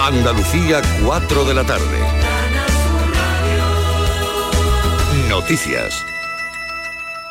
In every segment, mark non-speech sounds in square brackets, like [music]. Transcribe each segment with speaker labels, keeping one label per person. Speaker 1: Andalucía, 4 de la tarde. Noticias.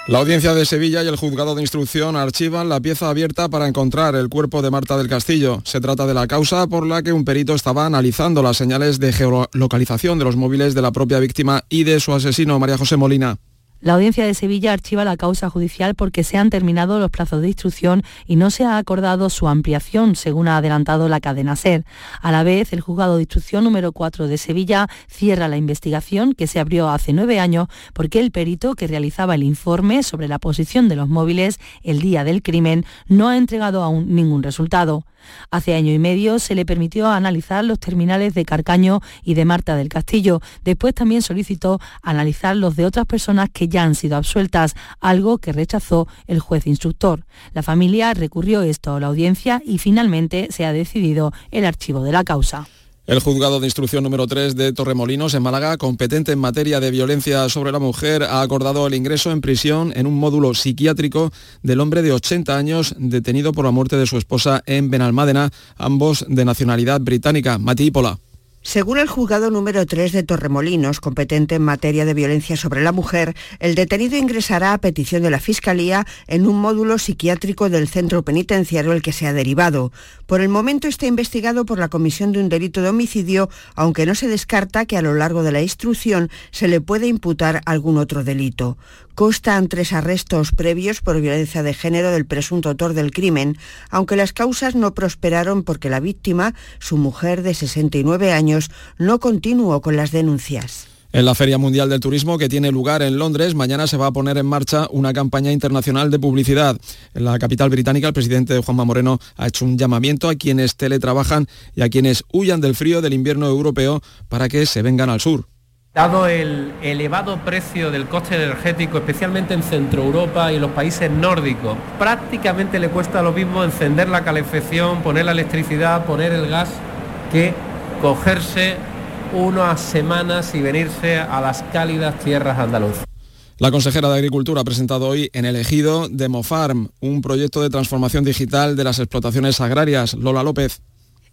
Speaker 2: La audiencia de Sevilla y el juzgado de instrucción archivan la pieza abierta para encontrar el cuerpo de Marta del Castillo. Se trata de la causa por la que un perito estaba analizando las señales de geolocalización de los móviles de la propia víctima y de su asesino, María José Molina.
Speaker 3: La audiencia de Sevilla archiva la causa judicial porque se han terminado los plazos de instrucción y no se ha acordado su ampliación, según ha adelantado la cadena SER. A la vez, el juzgado de instrucción número 4 de Sevilla cierra la investigación que se abrió hace nueve años porque el perito que realizaba el informe sobre la posición de los móviles el día del crimen no ha entregado aún ningún resultado. Hace año y medio se le permitió analizar los terminales de Carcaño y de Marta del Castillo. Después también solicitó analizar los de otras personas que ya han sido absueltas, algo que rechazó el juez instructor. La familia recurrió esto a la audiencia y finalmente se ha decidido el archivo de la causa.
Speaker 2: El juzgado de instrucción número 3 de Torremolinos en Málaga, competente en materia de violencia sobre la mujer, ha acordado el ingreso en prisión en un módulo psiquiátrico del hombre de 80 años detenido por la muerte de su esposa en Benalmádena, ambos de nacionalidad británica. Matípola.
Speaker 4: Según el juzgado número 3 de Torremolinos, competente en materia de violencia sobre la mujer, el detenido ingresará a petición de la Fiscalía en un módulo psiquiátrico del centro penitenciario al que se ha derivado. Por el momento está investigado por la comisión de un delito de homicidio, aunque no se descarta que a lo largo de la instrucción se le pueda imputar algún otro delito. Constan tres arrestos previos por violencia de género del presunto autor del crimen, aunque las causas no prosperaron porque la víctima, su mujer de 69 años, no continuó con las denuncias.
Speaker 2: En la Feria Mundial del Turismo que tiene lugar en Londres, mañana se va a poner en marcha una campaña internacional de publicidad. En la capital británica, el presidente Juanma Moreno ha hecho un llamamiento a quienes teletrabajan y a quienes huyan del frío del invierno europeo para que se vengan al sur.
Speaker 5: Dado el elevado precio del coste energético, especialmente en Centro Europa y en los países nórdicos, prácticamente le cuesta lo mismo encender la calefacción, poner la electricidad, poner el gas, que cogerse unas semanas y venirse a las cálidas tierras andaluzas.
Speaker 2: La consejera de Agricultura ha presentado hoy en el ejido Demofarm, un proyecto de transformación digital de las explotaciones agrarias. Lola López.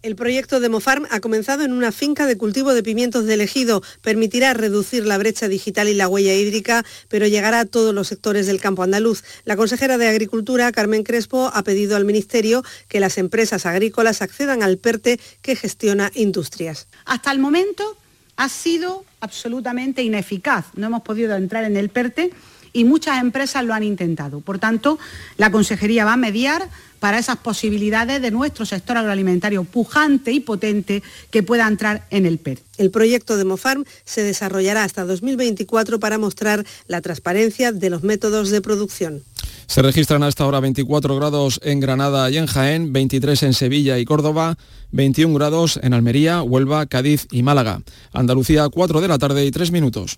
Speaker 6: El proyecto de Mofarm ha comenzado en una finca de cultivo de pimientos de ejido. Permitirá reducir la brecha digital y la huella hídrica, pero llegará a todos los sectores del campo andaluz. La consejera de Agricultura, Carmen Crespo, ha pedido al Ministerio que las empresas agrícolas accedan al PERTE que gestiona industrias.
Speaker 7: Hasta el momento ha sido absolutamente ineficaz. No hemos podido entrar en el PERTE y muchas empresas lo han intentado. Por tanto, la Consejería va a mediar para esas posibilidades de nuestro sector agroalimentario pujante y potente que pueda entrar en el PER.
Speaker 6: El proyecto de Mofarm se desarrollará hasta 2024 para mostrar la transparencia de los métodos de producción.
Speaker 2: Se registran hasta ahora 24 grados en Granada y en Jaén, 23 en Sevilla y Córdoba, 21 grados en Almería, Huelva, Cádiz y Málaga. Andalucía, 4 de la tarde y 3 minutos.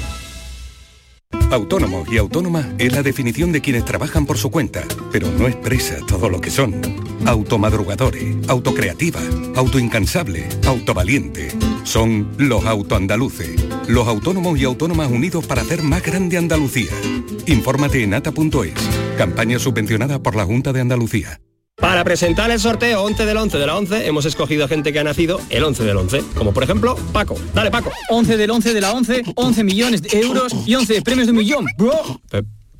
Speaker 8: Autónomo y autónoma es la definición de quienes trabajan por su cuenta, pero no expresa todo lo que son. Automadrugadores, autocreativa, autoincansable, autovaliente. Son los autoandaluces, los autónomos y autónomas unidos para hacer más grande Andalucía. Infórmate en ata.es, campaña subvencionada por la Junta de Andalucía.
Speaker 9: Para presentar el sorteo 11 del 11 de la 11 hemos escogido a gente que ha nacido el 11 del 11, como por ejemplo Paco. Dale Paco.
Speaker 10: 11 del 11 de la 11, 11 millones de euros y 11 premios de un millón, bro.
Speaker 9: Pero,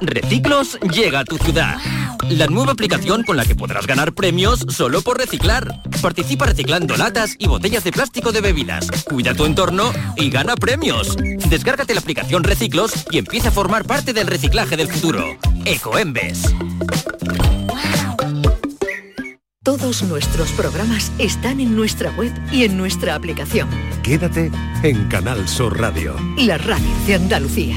Speaker 10: Reciclos llega a tu ciudad. La nueva aplicación con la que podrás ganar premios solo por reciclar. Participa reciclando latas y botellas de plástico de bebidas. Cuida tu entorno y gana premios. Descárgate la aplicación Reciclos y empieza a formar parte del reciclaje del futuro. Ecoembes.
Speaker 11: Todos nuestros programas están en nuestra web y en nuestra aplicación.
Speaker 12: Quédate en Canal Sur Radio.
Speaker 11: La radio de Andalucía.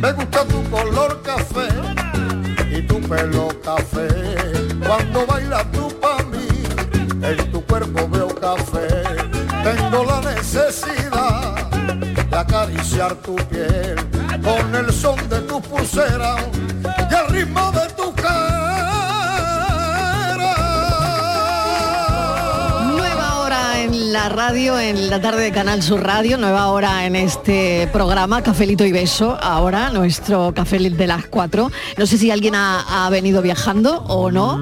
Speaker 13: Me gusta tu color café y tu pelo café. Cuando bailas tú para mí, en tu cuerpo veo café. Tengo la necesidad de acariciar tu piel con el son de tu pulsera y el ritmo de tu
Speaker 14: Nueva hora en la radio, en la tarde de Canal Sur Radio, nueva hora en este programa, Cafelito y Beso, ahora nuestro café de las cuatro. No sé si alguien ha, ha venido viajando o no.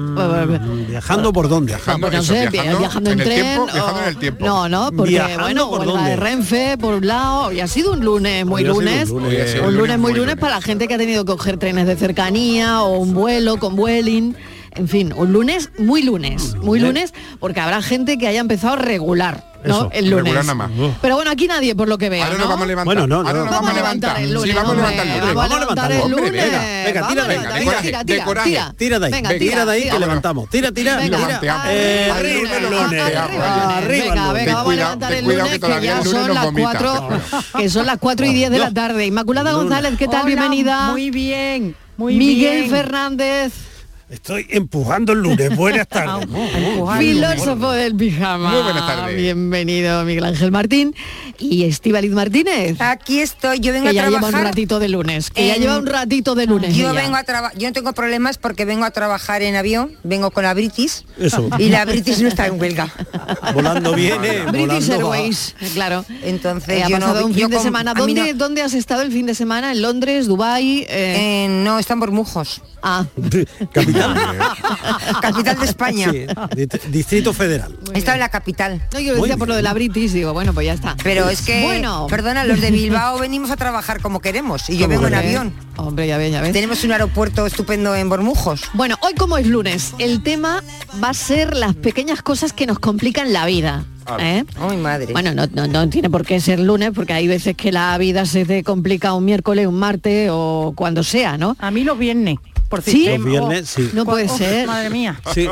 Speaker 5: ¿Viajando por dónde?
Speaker 14: Ah, pues no sé, vi- viajando, en,
Speaker 5: el
Speaker 14: tren.
Speaker 5: tiempo, viajando
Speaker 14: o-
Speaker 5: en el tiempo.
Speaker 14: No, no, porque
Speaker 5: ¿Viajando
Speaker 14: bueno,
Speaker 5: por
Speaker 14: Huelva de
Speaker 5: dónde?
Speaker 14: Renfe, por un lado, hoy ha sido un lunes muy
Speaker 5: Hoy ha sido un
Speaker 14: lunes.
Speaker 5: lunes, hoy ha sido
Speaker 14: un
Speaker 5: un
Speaker 14: lunes
Speaker 5: lunes
Speaker 14: muy lunes para la gente que ha tenido que coger trenes de cercanía o un vuelo con Vueling. En fin, un lunes muy lunes, muy lunes, porque habrá gente que haya empezado regular, ¿no?
Speaker 15: Eso,
Speaker 14: el lunes.
Speaker 15: regular nada más.
Speaker 14: Pero bueno, aquí nadie por lo que veo. ¿no?
Speaker 15: vamos a levantar. Bueno, no, no.
Speaker 14: Vamos a levantar el lunes.
Speaker 15: Sí, vamos a
Speaker 14: hombre,
Speaker 15: levantar el lunes.
Speaker 14: Vamos a levantar el
Speaker 15: Hombre,
Speaker 14: lunes.
Speaker 15: venga, venga,
Speaker 14: Vamos a
Speaker 15: tira, venga,
Speaker 14: levantar-
Speaker 15: de
Speaker 14: tira,
Speaker 15: coraje,
Speaker 14: tira,
Speaker 15: de
Speaker 14: tira,
Speaker 15: coraje.
Speaker 14: tira.
Speaker 5: Tira de ahí,
Speaker 14: Venga,
Speaker 5: venga, tira de ahí que
Speaker 14: tira.
Speaker 5: levantamos. Tira, tira,
Speaker 14: Venga,
Speaker 5: tira.
Speaker 14: arriba,
Speaker 5: Eh,
Speaker 14: arriba,
Speaker 5: el lunes,
Speaker 14: arriba,
Speaker 5: arriba,
Speaker 14: arriba,
Speaker 5: el
Speaker 14: venga,
Speaker 5: lunes.
Speaker 14: vamos a levantar el lunes que ya son las 4 [laughs] que son las 4 y 10 de la tarde. Inmaculada
Speaker 5: Lunes.
Speaker 14: González, ¿qué tal?
Speaker 7: Hola,
Speaker 14: Bienvenida.
Speaker 7: muy
Speaker 14: bien,
Speaker 7: muy
Speaker 14: Miguel
Speaker 7: bien.
Speaker 14: Fernández,
Speaker 5: Estoy empujando el
Speaker 14: [laughs]
Speaker 5: lunes. Buenas tardes.
Speaker 14: filósofo del pijama.
Speaker 5: Muy buenas tardes.
Speaker 14: Bienvenido Miguel Ángel Martín y Estíbaliz Martínez. Aquí estoy, yo
Speaker 16: vengo
Speaker 14: que
Speaker 16: a
Speaker 14: ya lleva un
Speaker 16: trabajar
Speaker 14: ratito de lunes, que ya
Speaker 16: en-
Speaker 14: lleva un ratito de lunes.
Speaker 16: Yo
Speaker 14: ella.
Speaker 16: vengo a trabajar, yo no tengo problemas porque vengo a trabajar en avión, vengo con la British
Speaker 14: Eso.
Speaker 16: y la British no está en huelga.
Speaker 5: Volando viene,
Speaker 14: British
Speaker 5: volando va.
Speaker 14: Airways, claro.
Speaker 16: Entonces
Speaker 14: Eh, ha
Speaker 16: yo
Speaker 14: pasado
Speaker 16: no,
Speaker 14: un
Speaker 16: yo
Speaker 14: fin de
Speaker 16: con-
Speaker 14: semana.
Speaker 16: a mí
Speaker 14: ¿Dónde, ¿Dónde has estado el fin de semana? ¿En Londres, Dubái? Eh,
Speaker 16: Eh, no, está en Bormujos.
Speaker 14: Ah.
Speaker 16: no,
Speaker 14: [laughs]
Speaker 16: capital de España.
Speaker 5: Sí, dist- Distrito Federal.
Speaker 16: He estado en la capital.
Speaker 14: No, yo lo decía por lo de la British, digo, bueno, pues ya está.
Speaker 16: Pero es que,
Speaker 14: Bueno.
Speaker 16: perdona, los de Bilbao
Speaker 14: [laughs]
Speaker 16: venimos a trabajar como queremos y yo
Speaker 14: Como
Speaker 16: vengo en
Speaker 14: queréis.
Speaker 16: avión.
Speaker 14: Hombre, ya ves, ya ves.
Speaker 16: Tenemos un aeropuerto estupendo en Bormujos.
Speaker 14: Bueno, hoy como es lunes, el tema va a ser las pequeñas cosas que nos complican la vida. ¿eh?
Speaker 16: Ay, madre.
Speaker 14: Bueno, no, no, no tiene por qué ser lunes, porque hay veces que la vida se te complica un miércoles, un martes o cuando sea, ¿no? A mí los viernes, por
Speaker 7: ¿Sí? Los viernes, sí.
Speaker 14: No puede
Speaker 7: Oh,
Speaker 14: ser.
Speaker 7: madre mía.
Speaker 5: Sí.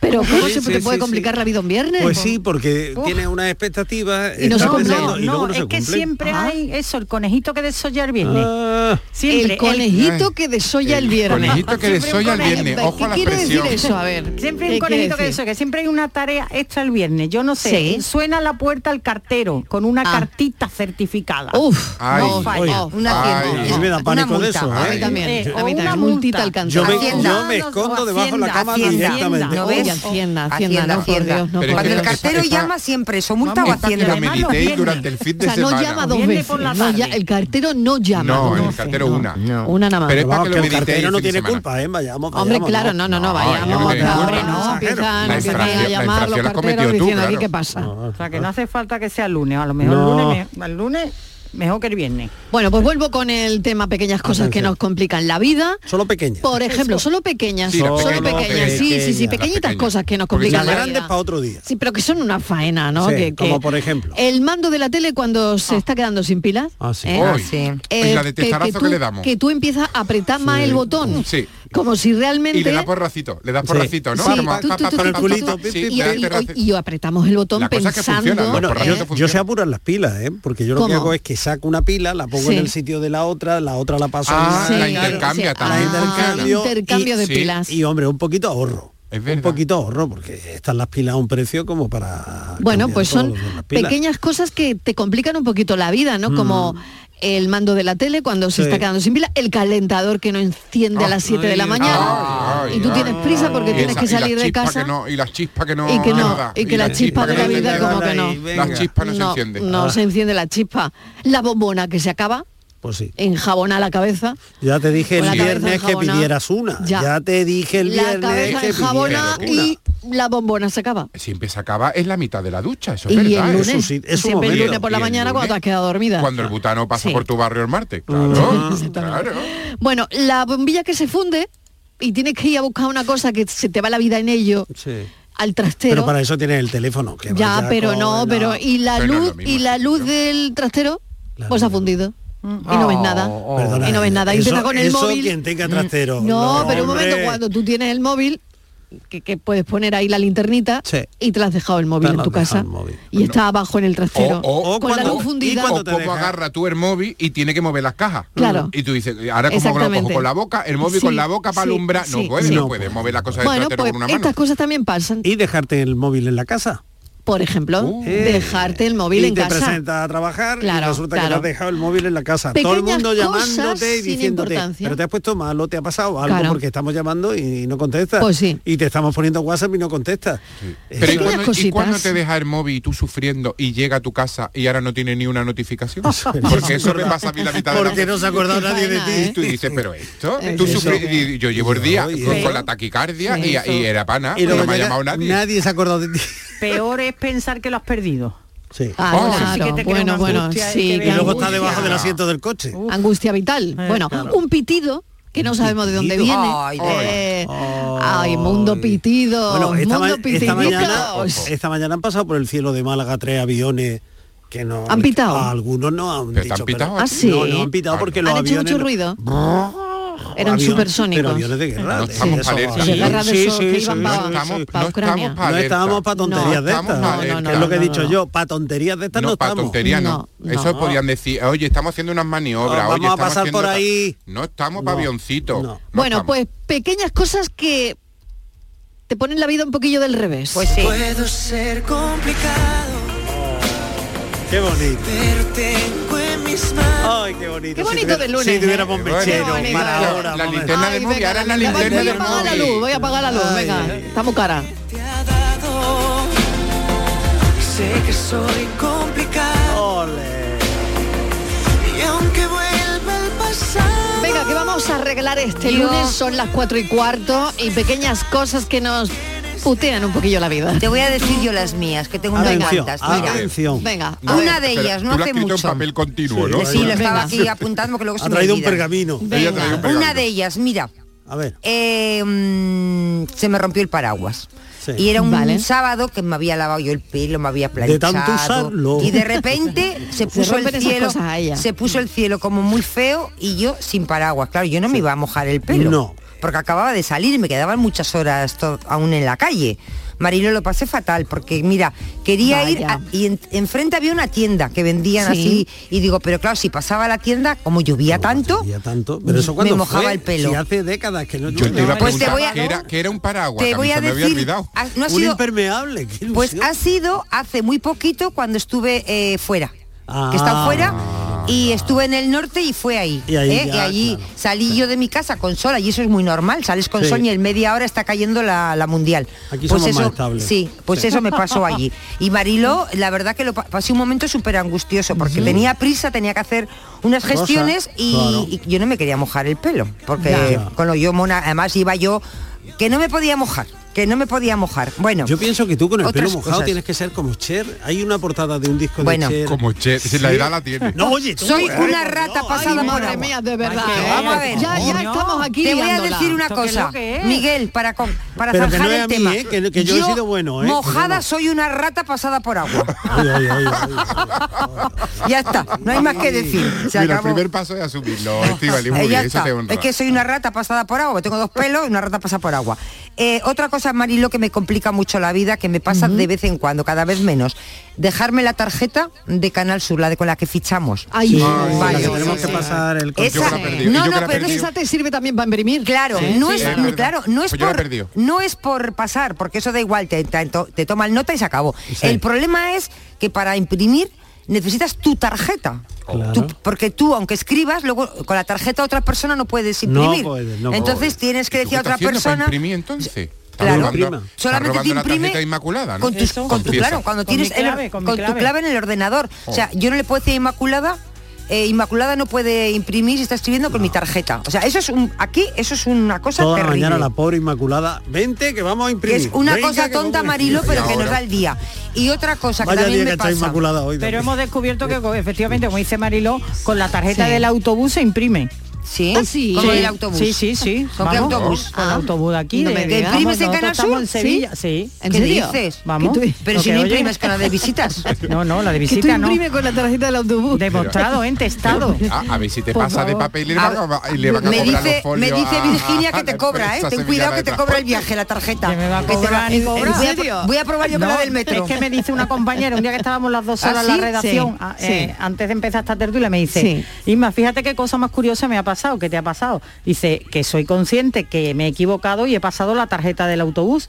Speaker 14: Pero ¿cómo
Speaker 7: Sí,
Speaker 14: se
Speaker 7: sí,
Speaker 14: te puede
Speaker 7: sí,
Speaker 14: complicar la vida un viernes?
Speaker 7: Pues
Speaker 5: Sí, porque
Speaker 7: Uf.
Speaker 5: tiene unas expectativas.
Speaker 7: Y no,
Speaker 5: estás
Speaker 7: se cumple.
Speaker 5: deseando,
Speaker 7: no,
Speaker 5: y luego no
Speaker 7: es
Speaker 5: se Ah,
Speaker 7: que
Speaker 5: cumplen.
Speaker 7: siempre
Speaker 14: Ah.
Speaker 7: hay eso, el conejito que desolla el viernes.
Speaker 5: Ah.
Speaker 7: siempre.
Speaker 14: el conejito que desolla el, viernes.
Speaker 7: conejito que Siempre un desolla el conejo. viernes. Ojo
Speaker 14: ¿Qué
Speaker 7: a la
Speaker 14: quiere
Speaker 7: expresión.
Speaker 14: decir eso? A ver.
Speaker 7: Siempre
Speaker 14: ¿qué
Speaker 7: hay un
Speaker 14: quiere
Speaker 7: conejito que
Speaker 14: decir?
Speaker 7: desolla, siempre hay una tarea extra el viernes. Yo no sé.
Speaker 14: Sí. Ah.
Speaker 7: Suena a la puerta el cartero con una cartita certificada.
Speaker 14: Uf,
Speaker 7: Ay. no falla.
Speaker 5: Oye,
Speaker 7: Una
Speaker 5: ay,
Speaker 7: tienda.
Speaker 5: a mí me da
Speaker 7: Una
Speaker 5: pánico de
Speaker 7: multa.
Speaker 5: eso.
Speaker 7: A
Speaker 5: ¿eh?
Speaker 7: mí también, Eh, a
Speaker 14: mí
Speaker 7: una
Speaker 14: también, multita
Speaker 7: multa.
Speaker 14: alcanzada.
Speaker 5: Yo me,
Speaker 14: Hacienda,
Speaker 5: yo me escondo debajo de la cama directamente.
Speaker 14: ¿no ves? Hacienda, Hacienda, no, por Dios, no,
Speaker 7: Pero es
Speaker 14: por
Speaker 7: que
Speaker 14: Dios.
Speaker 16: El cartero
Speaker 7: Está-
Speaker 16: llama siempre, eso multa o
Speaker 7: Vamos, está que
Speaker 16: hacienda.
Speaker 7: lo meditéis Además, los durante
Speaker 16: el fin
Speaker 14: O sea, no llama dos
Speaker 7: Viernes
Speaker 14: veces.
Speaker 7: por la
Speaker 14: no
Speaker 7: tarde.
Speaker 14: ya- el cartero no llama
Speaker 7: No,
Speaker 14: dos
Speaker 7: el
Speaker 5: eh,
Speaker 14: veces.
Speaker 15: cartero
Speaker 14: no,
Speaker 15: una. Ah,
Speaker 14: Una nada más.
Speaker 15: Pero es para que lo
Speaker 14: el
Speaker 15: meditéis
Speaker 14: cartero
Speaker 15: el
Speaker 14: no
Speaker 15: fin de
Speaker 14: tiene
Speaker 15: semana.
Speaker 14: culpa, ¿eh? Vayamos, Hombre, claro, no, no, no, vayamos.
Speaker 15: tiene
Speaker 14: claro,
Speaker 15: culpa,
Speaker 14: no, empiezan,
Speaker 15: La
Speaker 14: empiezan a
Speaker 15: infracción- la
Speaker 14: llamar los
Speaker 15: infracción la has
Speaker 14: carteros
Speaker 15: cometido tú,
Speaker 14: diciendo aquí
Speaker 15: claro.
Speaker 14: qué pasa.
Speaker 7: O sea, que no hace falta que sea el lunes, a lo mejor
Speaker 14: No.
Speaker 7: el, lunes, me- el lunes mejor que el viernes.
Speaker 14: Bueno, pues vuelvo con el tema pequeñas cosas que nos complican la vida.
Speaker 5: Solo pequeñas.
Speaker 14: Por ejemplo, solo pequeñas,
Speaker 5: Sí, las
Speaker 14: solo
Speaker 5: pequeñas,
Speaker 14: pequeñas,
Speaker 5: pequeñas.
Speaker 14: sí, sí, sí,
Speaker 5: Las
Speaker 14: pequeñitas
Speaker 5: pequeñas.
Speaker 14: cosas que nos
Speaker 5: Porque
Speaker 14: complican la
Speaker 5: las grandes
Speaker 14: vida.
Speaker 5: para otro día.
Speaker 14: Sí, pero que son una faena, ¿no?
Speaker 5: Sí,
Speaker 14: que, que-
Speaker 5: Como por ejemplo.
Speaker 14: El mando de la tele cuando se está quedando sin pilas.
Speaker 5: Ah, sí.
Speaker 14: ¿eh?
Speaker 5: Hoy. Es la de testarazo que
Speaker 14: tú-
Speaker 15: le damos.
Speaker 14: Que tú empiezas a apretar más el botón.
Speaker 15: Sí.
Speaker 14: Como si realmente...
Speaker 15: Y le das porracito, le das porracito, ¿no?
Speaker 14: Sí,
Speaker 15: Como
Speaker 14: tú, tú,
Speaker 15: pa,
Speaker 14: tú,
Speaker 15: pa,
Speaker 14: tú,
Speaker 15: pa,
Speaker 14: tú,
Speaker 15: pa,
Speaker 14: tú,
Speaker 15: pa,
Speaker 14: tú,
Speaker 15: pa, sí,
Speaker 14: y-
Speaker 15: le das
Speaker 14: y-
Speaker 15: porracito.
Speaker 14: y- y apretamos el botón pensando...
Speaker 5: Bueno,
Speaker 14: ¿eh?
Speaker 5: yo, yo sé apurar las pilas, ¿eh? porque yo lo que
Speaker 14: ¿Cómo?
Speaker 5: hago es que saco una pila, la pongo
Speaker 14: Sí.
Speaker 5: en el sitio de la otra, la otra la paso
Speaker 15: Ah,
Speaker 5: a mi-
Speaker 15: la Sí, intercambia
Speaker 5: la
Speaker 15: también.
Speaker 5: intercambio,
Speaker 14: Ah, intercambio de pilas.
Speaker 5: Y hombre, un poquito ahorro. un poquito ahorro, porque están las pilas a un precio como para...
Speaker 14: Bueno,
Speaker 5: cambiar
Speaker 14: pues
Speaker 5: todo
Speaker 14: son
Speaker 5: lo de las pilas.
Speaker 14: pequeñas cosas que te complican un poquito la vida, ¿no? Como
Speaker 15: Mm.
Speaker 14: el mando de la tele cuando se
Speaker 5: Sí.
Speaker 14: está quedando sin pila, el calentador que no enciende a las 7 de la mañana
Speaker 15: Ah, Ay,
Speaker 14: y tú
Speaker 15: ay,
Speaker 14: tienes prisa porque
Speaker 15: Y
Speaker 14: tienes
Speaker 15: esa-
Speaker 14: que
Speaker 15: y las
Speaker 14: salir de
Speaker 15: chispas
Speaker 14: casa.
Speaker 15: que no- y las chispas que no
Speaker 14: y que no,
Speaker 15: nada.
Speaker 14: y que la
Speaker 15: las
Speaker 14: chispa
Speaker 15: chispas
Speaker 14: de la
Speaker 15: no
Speaker 14: vida
Speaker 15: encienden.
Speaker 14: como que no.
Speaker 15: Las chispas no, se encienden. Ah.
Speaker 14: no se enciende la chispa. La bombona que se acaba,
Speaker 5: Pues sí.
Speaker 14: enjabona la cabeza.
Speaker 5: Ya te dije
Speaker 14: Con la
Speaker 5: el
Speaker 14: cabeza
Speaker 5: viernes que
Speaker 14: enjabonada.
Speaker 5: pidieras una.
Speaker 14: Ya.
Speaker 5: Ya. te dije el
Speaker 14: La
Speaker 5: viernes
Speaker 14: cabeza
Speaker 5: que
Speaker 14: enjabona
Speaker 5: pidieras una.
Speaker 14: y la bombona se acaba.
Speaker 15: Siempre se acaba, es la mitad de la ducha, eso es
Speaker 14: Y el
Speaker 15: verdad. ¿eh?
Speaker 14: lunes, siempre el lunes por la mañana cuando te has quedado dormida.
Speaker 15: Cuando el butano pasa
Speaker 14: Sí.
Speaker 15: por tu barrio el martes. Claro, claro.
Speaker 14: Bueno, la bombilla que se funde y tienes que ir a buscar una cosa que se te va la vida en ello, al trastero.
Speaker 5: Pero para eso tienes el teléfono. Que
Speaker 14: ya,
Speaker 5: vaya
Speaker 14: pero
Speaker 5: con
Speaker 14: no,
Speaker 5: la-
Speaker 14: pero y la
Speaker 5: Pero no es
Speaker 14: luz
Speaker 5: lo
Speaker 14: y la luz del trastero pues ha fundido.
Speaker 15: Mm.
Speaker 14: Y no ves nada.
Speaker 5: Oh,
Speaker 15: Oh,
Speaker 5: Perdona,
Speaker 14: y no ves nada. Y
Speaker 5: eso-
Speaker 14: empieza con el
Speaker 5: eso
Speaker 14: móvil. Mm.
Speaker 5: quien tenga trastero.
Speaker 14: No, pero un momento,
Speaker 5: hombre.
Speaker 14: cuando tú tienes el móvil, que, que puedes poner ahí la linternita
Speaker 5: Sí.
Speaker 14: y te la has dejado el móvil en tu casa. Y está abajo en el trastero. con la luz fundida.
Speaker 15: o cómo agarra tú el móvil y tiene que mover las cajas.
Speaker 14: Claro.
Speaker 15: Y tú dices, ahora como lo cojo
Speaker 14: Exactamente.
Speaker 15: con la boca, el móvil
Speaker 14: Sí,
Speaker 15: con la boca para
Speaker 14: sí,
Speaker 15: alumbrar.
Speaker 14: sí,
Speaker 15: no puede,
Speaker 5: sí.
Speaker 15: no puede mover las cosas del
Speaker 14: Bueno,
Speaker 15: trastero
Speaker 14: pues
Speaker 15: con una mano.
Speaker 14: estas cosas también pasan.
Speaker 5: Y dejarte el móvil en la casa. Oh. Eh,
Speaker 14: Por ejemplo, dejarte el móvil
Speaker 5: y
Speaker 14: en
Speaker 5: te
Speaker 14: casa.
Speaker 5: presentas a trabajar
Speaker 14: Claro,
Speaker 5: y resulta que
Speaker 14: claro.
Speaker 5: te has dejado el móvil en la casa. Todo el
Speaker 14: Pequeñas
Speaker 5: mundo
Speaker 14: cosas
Speaker 5: llamándote y
Speaker 14: sin
Speaker 5: diciéndote,
Speaker 14: importancia.
Speaker 5: pero te has puesto malo, te ha pasado algo
Speaker 14: Claro.
Speaker 5: porque estamos llamando y no contestas.
Speaker 14: Pues sí.
Speaker 5: Y te estamos poniendo WhatsApp y no Eh, contestas.
Speaker 15: Pero ¿y
Speaker 5: Eso-
Speaker 15: cuando, ¿y cuando te deja el móvil y tú sufriendo y llega a tu casa y ahora no tiene ni una
Speaker 14: [laughs]
Speaker 15: notificación? Porque eso me pasa a mí la mitad de la
Speaker 5: Porque no se ha acordado nadie de ti.
Speaker 15: Y tú dices, pero esto,
Speaker 5: Eh,
Speaker 15: tú
Speaker 5: eso.
Speaker 15: sufri- y yo llevo el día con,
Speaker 5: Eso, y
Speaker 15: con
Speaker 5: eso.
Speaker 15: la taquicardia y,
Speaker 5: Eso.
Speaker 15: y era pana,
Speaker 5: Y luego
Speaker 15: no me ha
Speaker 5: llega-
Speaker 15: llamado nadie.
Speaker 5: se ha acordado de ti.
Speaker 7: Peor es pensar que lo has perdido.
Speaker 5: Sí.
Speaker 14: Ah,
Speaker 5: Oh,
Speaker 14: claro,
Speaker 5: sí.
Speaker 14: bueno, bueno, sí.
Speaker 5: Y
Speaker 14: qué
Speaker 5: luego está
Speaker 14: angustia.
Speaker 5: debajo del asiento del coche.
Speaker 15: Oh,
Speaker 14: Angustia vital. bueno, un pitido que no sabemos de dónde
Speaker 5: pitido?
Speaker 14: viene.
Speaker 5: Ay,
Speaker 14: Eh, ay, mundo pitido.
Speaker 5: Bueno, esta, ma-
Speaker 14: mundo
Speaker 5: esta
Speaker 14: pitidito.
Speaker 5: mañana, esta mañana han pasado por el cielo de Málaga tres aviones que no
Speaker 14: ¿Han pitado?
Speaker 5: a algunos no han dicho,
Speaker 15: han pitado
Speaker 5: pero-
Speaker 15: ¿Ah, sí?
Speaker 5: no, no han pitado
Speaker 15: Ah,
Speaker 5: porque
Speaker 15: no.
Speaker 5: los
Speaker 14: Han hecho
Speaker 5: aviones
Speaker 14: mucho ruido. Eran
Speaker 5: aviones-
Speaker 14: supersónicos.
Speaker 5: pero aviones de guerra
Speaker 15: No
Speaker 5: de
Speaker 15: estamos
Speaker 5: esos
Speaker 15: para eso.
Speaker 5: aviones.
Speaker 15: De guerra
Speaker 5: Sí,
Speaker 15: de
Speaker 5: sí,
Speaker 15: esos que
Speaker 5: sí,
Speaker 15: iban
Speaker 5: sí,
Speaker 15: pa-
Speaker 5: sí,
Speaker 15: pa-
Speaker 5: sí.
Speaker 15: pa Ucrania.
Speaker 5: no estábamos para tonterías
Speaker 15: No,
Speaker 5: de
Speaker 15: estamos
Speaker 5: estas
Speaker 15: pa' No, no, no,
Speaker 5: es lo que he
Speaker 15: no,
Speaker 5: dicho
Speaker 15: no.
Speaker 5: yo para tonterías de estas no,
Speaker 15: No, para
Speaker 5: estamos
Speaker 15: tontería no. Eso podían decir, oye, estamos haciendo unas maniobras. oye,
Speaker 5: Ah, vamos a
Speaker 15: estamos
Speaker 5: pasar
Speaker 15: haciendo
Speaker 5: por
Speaker 15: ta-
Speaker 5: ahí.
Speaker 15: No estamos para avioncitos.
Speaker 14: bueno, pues pequeñas cosas que te ponen la vida un poquillo del revés. Pues sí.
Speaker 4: Puedo ser complicado,
Speaker 5: qué bonito
Speaker 4: pero tengo en mis manos.
Speaker 5: Ay, qué bonito.
Speaker 4: Qué
Speaker 5: Si
Speaker 4: bonito
Speaker 5: tuviera-
Speaker 4: de lunes,
Speaker 5: Si tuviéramos
Speaker 4: ¿eh?
Speaker 5: mechero,
Speaker 4: Qué bonito.
Speaker 5: para
Speaker 4: La-
Speaker 5: ahora.
Speaker 15: la
Speaker 5: vamos a ver.
Speaker 15: linterna Ay, del móvil, venga, ahora es la
Speaker 14: Ya voy,
Speaker 15: linterna
Speaker 14: voy a
Speaker 15: del
Speaker 14: apagar la luz, voy a apagar la luz, venga. Está muy cara.
Speaker 4: Sé que soy complicado. Y aunque vuelva el pasado.
Speaker 14: Venga, que vamos a arreglar este
Speaker 4: Yo-
Speaker 14: lunes, son las 4 y cuarto y pequeñas cosas que nos putean un poquillo la vida.
Speaker 16: Te voy a decir yo las mías, que tengo unas
Speaker 14: Atención,
Speaker 16: cuantas.
Speaker 15: atención.
Speaker 5: Atención.
Speaker 14: Venga,
Speaker 16: a Una ver. de ellas, no
Speaker 15: tú lo
Speaker 16: hace
Speaker 15: has
Speaker 16: mucho.
Speaker 15: escrito en papel continuo, ¿no?
Speaker 16: Sí, lo estaba aquí
Speaker 15: [laughs]
Speaker 16: apuntando que luego se me olvida.
Speaker 15: Ella ha traído un pergamino.
Speaker 16: Una de ellas, mira.
Speaker 5: A ver.
Speaker 16: Eh, mm, se me rompió el paraguas.
Speaker 5: Sí.
Speaker 16: Y era un
Speaker 14: Vale.
Speaker 16: sábado que me había lavado yo el pelo, me había
Speaker 5: De tanto
Speaker 16: planchado.
Speaker 5: usarlo.
Speaker 16: Y de
Speaker 5: [laughs]
Speaker 16: repente se
Speaker 14: Se
Speaker 16: puso el
Speaker 14: rompen esas
Speaker 16: cielo.
Speaker 14: cosas a ella.
Speaker 16: Se puso el cielo como muy feo y yo sin paraguas. Claro, yo no me iba a mojar el pelo.
Speaker 5: No.
Speaker 16: Porque acababa de salir y me quedaban muchas horas to- aún en la calle. Marilo lo pasé fatal porque mira, quería ir a- y en- enfrente había una tienda que vendían
Speaker 5: Sí.
Speaker 16: así y digo, pero claro, si pasaba a la tienda, como llovía tanto,
Speaker 5: Ya tanto, pero eso
Speaker 16: Me
Speaker 5: cuando
Speaker 16: mojaba
Speaker 5: fue,
Speaker 16: el pelo.
Speaker 5: si hace décadas que no
Speaker 15: Yo te iba a
Speaker 16: Pues te
Speaker 15: preguntar
Speaker 16: voy a-
Speaker 15: que, era, que era un paraguas,
Speaker 16: te
Speaker 15: que a mí
Speaker 16: voy a
Speaker 15: se me había
Speaker 16: decir,
Speaker 15: olvidado.
Speaker 16: ah, no ha
Speaker 5: Un
Speaker 16: sido
Speaker 5: impermeable. qué ilusión.
Speaker 16: Pues ha sido hace muy poquito cuando estuve eh, fuera. Que he estado
Speaker 5: Ah.
Speaker 16: fuera. Y estuve en el norte y fue ahí.
Speaker 5: Y ahí
Speaker 16: ¿eh?
Speaker 5: ya,
Speaker 16: Y allí salí yo de mi casa con sol, y eso es muy normal. Sales con
Speaker 5: Sí.
Speaker 16: sol y en media hora está cayendo la, la mundial.
Speaker 5: Aquí
Speaker 17: Pues
Speaker 5: somos
Speaker 16: eso,
Speaker 5: más estables.
Speaker 16: Sí, pues
Speaker 5: Sí.
Speaker 16: eso me pasó
Speaker 5: [laughs]
Speaker 16: allí. Y Marilo, la verdad que lo pa- pasé un momento súper angustioso porque
Speaker 5: Sí.
Speaker 16: tenía prisa, tenía que hacer unas
Speaker 5: Cosas,
Speaker 16: gestiones y,
Speaker 5: claro.
Speaker 16: y yo no me quería mojar el pelo porque
Speaker 5: Ya.
Speaker 16: con lo yo mona, además iba yo que no me podía mojar, que no me podía mojar. Bueno,
Speaker 5: Yo pienso que tú con el
Speaker 16: otras
Speaker 5: pelo mojado
Speaker 16: cosas.
Speaker 5: tienes que ser como Cher. Hay una portada de un disco
Speaker 16: Bueno.
Speaker 5: de Cher.
Speaker 15: Como Cher, si la edad la tiene.
Speaker 5: No, oye, tú,
Speaker 16: soy
Speaker 5: eh.
Speaker 16: una rata pasada por
Speaker 14: madre
Speaker 16: agua.
Speaker 14: mía, de verdad.
Speaker 16: Ay,
Speaker 14: ¿eh?
Speaker 16: Vamos a ver.
Speaker 14: Ya, ya
Speaker 16: No.
Speaker 14: estamos aquí.
Speaker 16: Te voy a
Speaker 14: liándola.
Speaker 16: decir una
Speaker 14: Esto que es
Speaker 16: cosa,
Speaker 14: lo que es.
Speaker 16: Miguel, para con- para
Speaker 5: Pero que
Speaker 16: zanjar
Speaker 5: no es
Speaker 16: el
Speaker 5: a mí,
Speaker 16: tema.
Speaker 5: ¿eh? Que no- que yo he sido bueno, ¿eh?
Speaker 16: Mojada
Speaker 5: Perdona.
Speaker 16: soy una rata pasada por agua.
Speaker 5: [laughs] Ay, ay, ay, ay.
Speaker 16: ya está, no hay más que decir. Se
Speaker 15: Mira, el
Speaker 16: acabó.
Speaker 15: primer paso es asumirlo, Estivali,
Speaker 16: Eh,
Speaker 15: muy
Speaker 16: ya
Speaker 15: bien, eso
Speaker 16: está.
Speaker 15: te honra.
Speaker 16: Es que soy una rata pasada por agua, tengo dos pelos y una rata pasada por agua. Eh, otra cosa, Marilo, que me complica mucho la vida, que me pasa de vez en cuando, cada vez menos, dejarme la tarjeta de Canal Sur, la de con la que fichamos.
Speaker 14: Ay, Sí,
Speaker 5: la
Speaker 16: Vale.
Speaker 5: que tenemos que pasar el
Speaker 16: Esa-
Speaker 5: control.
Speaker 16: no, no,
Speaker 5: la
Speaker 16: pero
Speaker 5: perdí.
Speaker 14: Esa te sirve también para imprimir.
Speaker 16: Claro,
Speaker 5: Sí,
Speaker 16: no
Speaker 5: sí,
Speaker 16: es,
Speaker 5: es verdad.
Speaker 16: claro, no es
Speaker 5: Pues yo la he
Speaker 16: por
Speaker 5: perdido.
Speaker 16: no es por pasar, porque eso da igual, te, te, te toman nota y se acabó.
Speaker 5: Sí.
Speaker 16: El problema es que para imprimir necesitas tu tarjeta. Tú- porque tú, aunque escribas, luego con la tarjeta de otra persona no puedes
Speaker 15: No
Speaker 16: imprimir.
Speaker 15: puedes, no
Speaker 16: entonces
Speaker 15: puedes.
Speaker 16: tienes que
Speaker 15: ¿Tú
Speaker 16: decir
Speaker 15: qué
Speaker 16: a otra
Speaker 15: estás haciendo para
Speaker 16: persona.
Speaker 15: imprimir entonces? Estás
Speaker 16: Claro.
Speaker 15: robando-
Speaker 5: Imprima.
Speaker 15: estás
Speaker 16: Solamente te
Speaker 15: robando la
Speaker 16: imprime
Speaker 15: tarjeta inmaculada, ¿no?
Speaker 16: con, tus- con tu,
Speaker 15: Confiesa.
Speaker 16: claro, cuando
Speaker 7: Con
Speaker 16: tienes
Speaker 7: mi clave,
Speaker 16: el,
Speaker 7: con mi
Speaker 16: con tu
Speaker 7: clave.
Speaker 16: clave en el ordenador. O sea,
Speaker 5: Oh.
Speaker 16: yo no le puedo decir a Inmaculada, eh, Inmaculada no puede imprimir si está escribiendo con mi tarjeta. O sea, eso es un, aquí eso es una cosa
Speaker 5: Toda la
Speaker 16: terrible.
Speaker 5: mañana la pobre Inmaculada. Vente que vamos a
Speaker 16: Que
Speaker 5: imprimir.
Speaker 16: es una
Speaker 5: Venga,
Speaker 16: cosa
Speaker 5: que vamos
Speaker 16: tonta,
Speaker 5: a
Speaker 16: Marilo,
Speaker 5: imprimir.
Speaker 16: pero que nos da el día. Y otra cosa que
Speaker 5: Vaya
Speaker 16: también
Speaker 5: día
Speaker 16: me
Speaker 5: que está
Speaker 16: pasa.
Speaker 5: Inmaculada hoy.
Speaker 7: Pero hemos descubierto que co- efectivamente, como dice Mariló, con la tarjeta del autobús se imprime. Ah,
Speaker 16: Sí,
Speaker 14: sí.
Speaker 16: ¿Con el autobús?
Speaker 7: Sí, sí, sí.
Speaker 16: ¿Con qué
Speaker 7: Vamos,
Speaker 16: autobús?
Speaker 7: Con el autobús de aquí.
Speaker 16: No
Speaker 7: de-
Speaker 16: me
Speaker 7: de-
Speaker 16: digas.
Speaker 7: vamos,
Speaker 16: ¿Imprimes en
Speaker 7: nosotros
Speaker 16: Canal
Speaker 7: estamos
Speaker 16: Sur?
Speaker 7: en Sevilla, sí.
Speaker 16: ¿En ¿Qué serio? dices?
Speaker 7: Vamos.
Speaker 16: ¿Que tú- Pero si
Speaker 7: que
Speaker 16: no
Speaker 7: oye,
Speaker 16: imprimes con la de visitas.
Speaker 7: [laughs] No, no, la de
Speaker 14: Que tú
Speaker 7: visita no.
Speaker 14: imprimes con la tarjeta del autobús.
Speaker 7: Demostrado, en testado.
Speaker 15: Ah, a ver si te
Speaker 7: Por
Speaker 15: pasa de
Speaker 7: favor.
Speaker 15: papel y le van a, y le van a
Speaker 16: me
Speaker 15: cobrar
Speaker 16: dice,
Speaker 15: los folios
Speaker 16: me dice
Speaker 15: a-
Speaker 16: Virginia
Speaker 15: [laughs] a
Speaker 16: que
Speaker 15: la
Speaker 16: te cobra, ¿eh?
Speaker 15: empresa
Speaker 16: Ten cuidado
Speaker 15: sevillana
Speaker 16: que
Speaker 15: de
Speaker 16: te cobra el
Speaker 15: transporte.
Speaker 16: viaje, la tarjeta.
Speaker 7: Que me va a
Speaker 16: Que te va- eh,
Speaker 7: cobrar y cobrar.
Speaker 16: Voy a-
Speaker 14: serio?
Speaker 16: Voy a probar yo con
Speaker 7: No,
Speaker 16: la del metro.
Speaker 7: Es que me dice una compañera, un día que estábamos las dos
Speaker 14: ¿Ah,
Speaker 7: horas
Speaker 14: sí?
Speaker 18: Sí,
Speaker 7: en la redacción,
Speaker 14: sí,
Speaker 7: a-
Speaker 14: sí.
Speaker 7: eh, antes de empezar esta tertulia, me dice,
Speaker 14: Sí.
Speaker 7: Inma, fíjate qué cosa más curiosa me ha pasado, que te ha pasado. Dice, que soy consciente que me he equivocado y he pasado la tarjeta del autobús.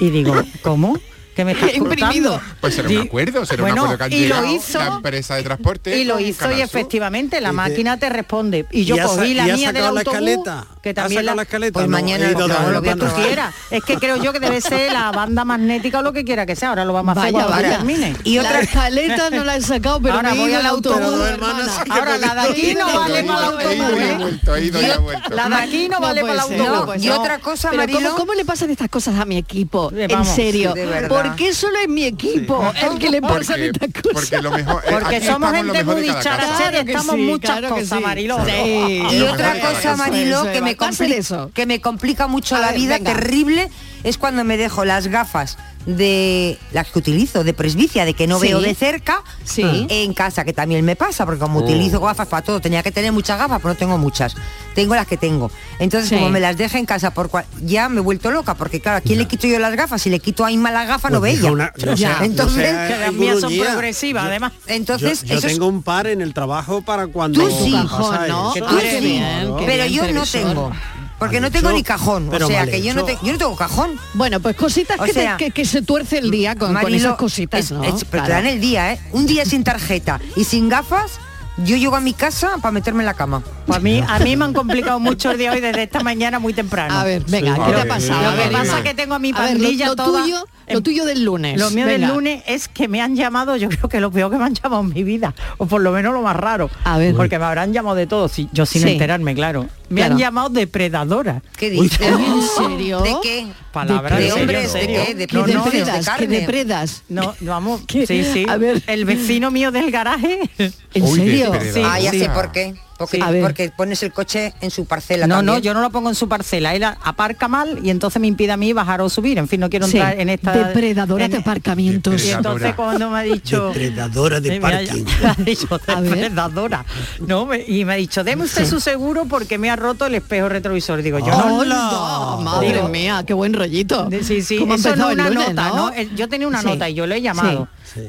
Speaker 7: Y
Speaker 3: [laughs]
Speaker 7: digo, ¿cómo? Que me estás
Speaker 16: [laughs]
Speaker 14: He imprimido.
Speaker 7: contando.
Speaker 15: Pues será
Speaker 7: Di-
Speaker 15: un acuerdo, será
Speaker 7: Bueno,
Speaker 15: un acuerdo que han
Speaker 7: y lo
Speaker 15: llegado
Speaker 7: hizo-
Speaker 15: la empresa de transporte.
Speaker 7: Y lo
Speaker 15: con
Speaker 7: hizo
Speaker 15: Canal
Speaker 7: y
Speaker 15: Sur.
Speaker 7: efectivamente la
Speaker 5: Dice-
Speaker 7: máquina te responde. Y yo
Speaker 5: ¿Y ha sa-
Speaker 7: cogí la
Speaker 5: y ha
Speaker 7: mía del
Speaker 5: sacado la
Speaker 7: autobús,
Speaker 5: escaleta?
Speaker 7: que
Speaker 5: ¿Ha
Speaker 7: también
Speaker 5: sacado
Speaker 7: la,
Speaker 5: la escaleta?
Speaker 16: Pues
Speaker 5: No,
Speaker 16: mañana
Speaker 5: he
Speaker 16: lo
Speaker 5: ido otra
Speaker 16: que-
Speaker 5: vez,
Speaker 16: lo que
Speaker 5: otra
Speaker 7: tú
Speaker 16: tú
Speaker 5: vez.
Speaker 16: quieras.
Speaker 7: quieras. Pues Es que creo yo que debe ser la banda magnética o lo que quiera que sea. Ahora lo vamos a hacer
Speaker 14: Vaya,
Speaker 7: cuando
Speaker 14: vaya.
Speaker 7: termine.
Speaker 14: Y otra escaleta no la he sacado, pero
Speaker 7: Ahora
Speaker 14: me he
Speaker 7: voy
Speaker 14: ido
Speaker 7: al
Speaker 14: al autobús.
Speaker 7: autobús,
Speaker 14: hermana.
Speaker 7: Ahora la de aquí no
Speaker 14: He ido,
Speaker 7: vale para el
Speaker 14: he ido, he ido,
Speaker 7: autobús.
Speaker 14: he
Speaker 7: ¿eh?
Speaker 14: ido.
Speaker 15: Vuelto, he ido y he vuelto.
Speaker 7: La de aquí no, vale para el
Speaker 14: puede
Speaker 7: autobús.
Speaker 14: ser,
Speaker 16: No,
Speaker 14: puede
Speaker 16: y
Speaker 14: ser.
Speaker 16: otra cosa,
Speaker 14: Pero ¿cómo-
Speaker 16: Marilo-
Speaker 14: ¿cómo, le pasan estas cosas a mi equipo?
Speaker 7: De-
Speaker 14: en
Speaker 7: vamos,
Speaker 14: serio.
Speaker 16: sí, de verdad.
Speaker 14: ¿Por qué solo es mi equipo el que le pasan
Speaker 15: Porque,
Speaker 14: estas cosas?
Speaker 15: porque lo mejor eh,
Speaker 7: Porque
Speaker 15: aquí
Speaker 7: somos
Speaker 15: estamos lo
Speaker 7: gente
Speaker 15: mejor
Speaker 7: muy
Speaker 15: de cada casa.
Speaker 7: dicharachera
Speaker 14: Claro
Speaker 7: y
Speaker 14: que
Speaker 7: estamos
Speaker 14: sí,
Speaker 7: muchas
Speaker 14: claro que
Speaker 7: cosas,
Speaker 14: sí.
Speaker 7: Mariló.
Speaker 14: Sí.
Speaker 16: Y otra
Speaker 15: Lo mejor de
Speaker 16: cosa,
Speaker 15: cada casa.
Speaker 16: Marilo,
Speaker 14: Eso es,
Speaker 16: que me,
Speaker 14: va a hacer
Speaker 16: compli-
Speaker 14: eso.
Speaker 16: que me complica mucho
Speaker 14: A
Speaker 16: la
Speaker 14: ver,
Speaker 16: vida,
Speaker 14: venga.
Speaker 16: terrible, es cuando me dejo las gafas de las que utilizo de presbicia, de que no
Speaker 14: Sí.
Speaker 16: veo de cerca,
Speaker 14: Sí.
Speaker 16: en casa, que también me pasa, porque como
Speaker 15: Oh.
Speaker 16: utilizo gafas para todo, tenía que tener muchas gafas, pero no tengo muchas. Tengo las que tengo. Entonces,
Speaker 14: Sí.
Speaker 16: como me las dejo en casa, por cual- ya me he vuelto loca, porque claro, ¿a quién le quito yo las gafas? Si le quito a Inma las gafas, no
Speaker 5: Pues
Speaker 16: veía.
Speaker 5: dijo una- yo sé- yo
Speaker 16: Entonces,
Speaker 5: sé-
Speaker 7: Que las
Speaker 5: Alguno
Speaker 7: mías son
Speaker 5: guía.
Speaker 7: progresivas, además.
Speaker 16: entonces
Speaker 5: yo, yo
Speaker 16: eso es-
Speaker 5: tengo un par en el trabajo para cuando ¿eh?
Speaker 16: Tú sí.
Speaker 5: pasa
Speaker 14: Cajón, ¿no?
Speaker 5: eso.
Speaker 16: Tú
Speaker 14: Ah, qué
Speaker 16: sí,
Speaker 14: bien, qué
Speaker 16: pero
Speaker 14: bien,
Speaker 16: yo no
Speaker 14: televisor.
Speaker 16: tengo. Porque
Speaker 5: Mal
Speaker 16: no tengo
Speaker 5: hecho,
Speaker 16: ni cajón,
Speaker 5: pero
Speaker 16: o sea
Speaker 5: mal
Speaker 16: que yo no,
Speaker 5: hecho.
Speaker 16: te- yo no tengo cajón.
Speaker 14: Bueno, pues cositas
Speaker 16: O
Speaker 14: que, te-
Speaker 16: sea,
Speaker 14: que, que se tuerce el día con, con
Speaker 16: Marilo,
Speaker 14: esas cositas,
Speaker 16: es-
Speaker 14: ¿no?
Speaker 16: es- pero te
Speaker 14: Claro.
Speaker 16: dan el día, ¿eh? Un día sin tarjeta y sin gafas, yo llego a mi casa para meterme en la cama.
Speaker 7: Pues a mí, a mí me han complicado mucho el día hoy desde esta mañana muy
Speaker 16: [laughs]
Speaker 7: temprano.
Speaker 14: A ver, venga,
Speaker 5: Sí,
Speaker 14: ¿qué te ha
Speaker 5: vale,
Speaker 14: pasado?
Speaker 5: lo
Speaker 14: A
Speaker 5: que
Speaker 14: ver,
Speaker 7: Lo que pasa
Speaker 14: venga.
Speaker 7: es que tengo a mi
Speaker 14: A ver, lo-
Speaker 7: pandilla
Speaker 14: lo,
Speaker 7: toda-
Speaker 14: tuyo, lo tuyo del lunes.
Speaker 7: Lo mío del
Speaker 14: Venga.
Speaker 7: lunes es que me han llamado, yo creo que lo peor que me han llamado en mi vida, o por lo menos lo más raro.
Speaker 14: A ver.
Speaker 7: Porque me habrán llamado de todo, si, yo sin
Speaker 14: Sí.
Speaker 7: enterarme, claro. Me
Speaker 14: Claro.
Speaker 7: han llamado depredadora.
Speaker 16: ¿Qué dices?
Speaker 14: ¿En serio?
Speaker 16: ¿De qué?
Speaker 7: Palabra
Speaker 16: ¿De
Speaker 7: en serio,
Speaker 16: hombres?
Speaker 7: en
Speaker 16: ¿De
Speaker 7: serio.
Speaker 16: qué? ¿De
Speaker 14: ¿Qué
Speaker 7: No, no,
Speaker 16: de
Speaker 14: depredas? ¿Qué
Speaker 16: carne.
Speaker 14: depredas?
Speaker 7: No, vamos,
Speaker 14: ¿Qué?
Speaker 7: sí, sí.
Speaker 14: A ver.
Speaker 7: El vecino mío del garaje.
Speaker 14: ¿En
Speaker 15: Uy,
Speaker 14: serio?
Speaker 15: depredadora.
Speaker 7: Sí,
Speaker 16: ah, ya
Speaker 7: sí.
Speaker 16: sé por qué. Porque,
Speaker 7: Sí.
Speaker 14: A ver.
Speaker 16: porque pones el coche en su parcela.
Speaker 7: No,
Speaker 16: también.
Speaker 7: no, yo no lo pongo en su parcela. Él a- aparca mal y entonces me impide a mí bajar o subir. En fin, no quiero
Speaker 14: Sí,
Speaker 7: entrar en esta...
Speaker 14: Depredadoras
Speaker 7: en-
Speaker 14: de aparcamientos.
Speaker 7: Y entonces
Speaker 15: Depredadora.
Speaker 7: cuando me ha dicho...
Speaker 5: Depredadora de
Speaker 7: Sí, me ha-
Speaker 5: parking.
Speaker 7: [laughs] me ha dicho
Speaker 14: A ver.
Speaker 7: depredadora. No, me- y me ha dicho, deme usted su seguro porque me ha roto el espejo retrovisor. Digo, yo no.
Speaker 14: ¡Hola! Madre
Speaker 7: Digo,
Speaker 14: mía, qué buen rollito.
Speaker 7: de- Sí, sí,
Speaker 14: ¿Cómo
Speaker 7: eso
Speaker 14: empezó
Speaker 7: no
Speaker 14: el
Speaker 7: una
Speaker 14: lunes,
Speaker 7: nota,
Speaker 14: no?
Speaker 7: ¿no? El- Yo tenía una
Speaker 14: Sí.
Speaker 7: nota y yo le he llamado.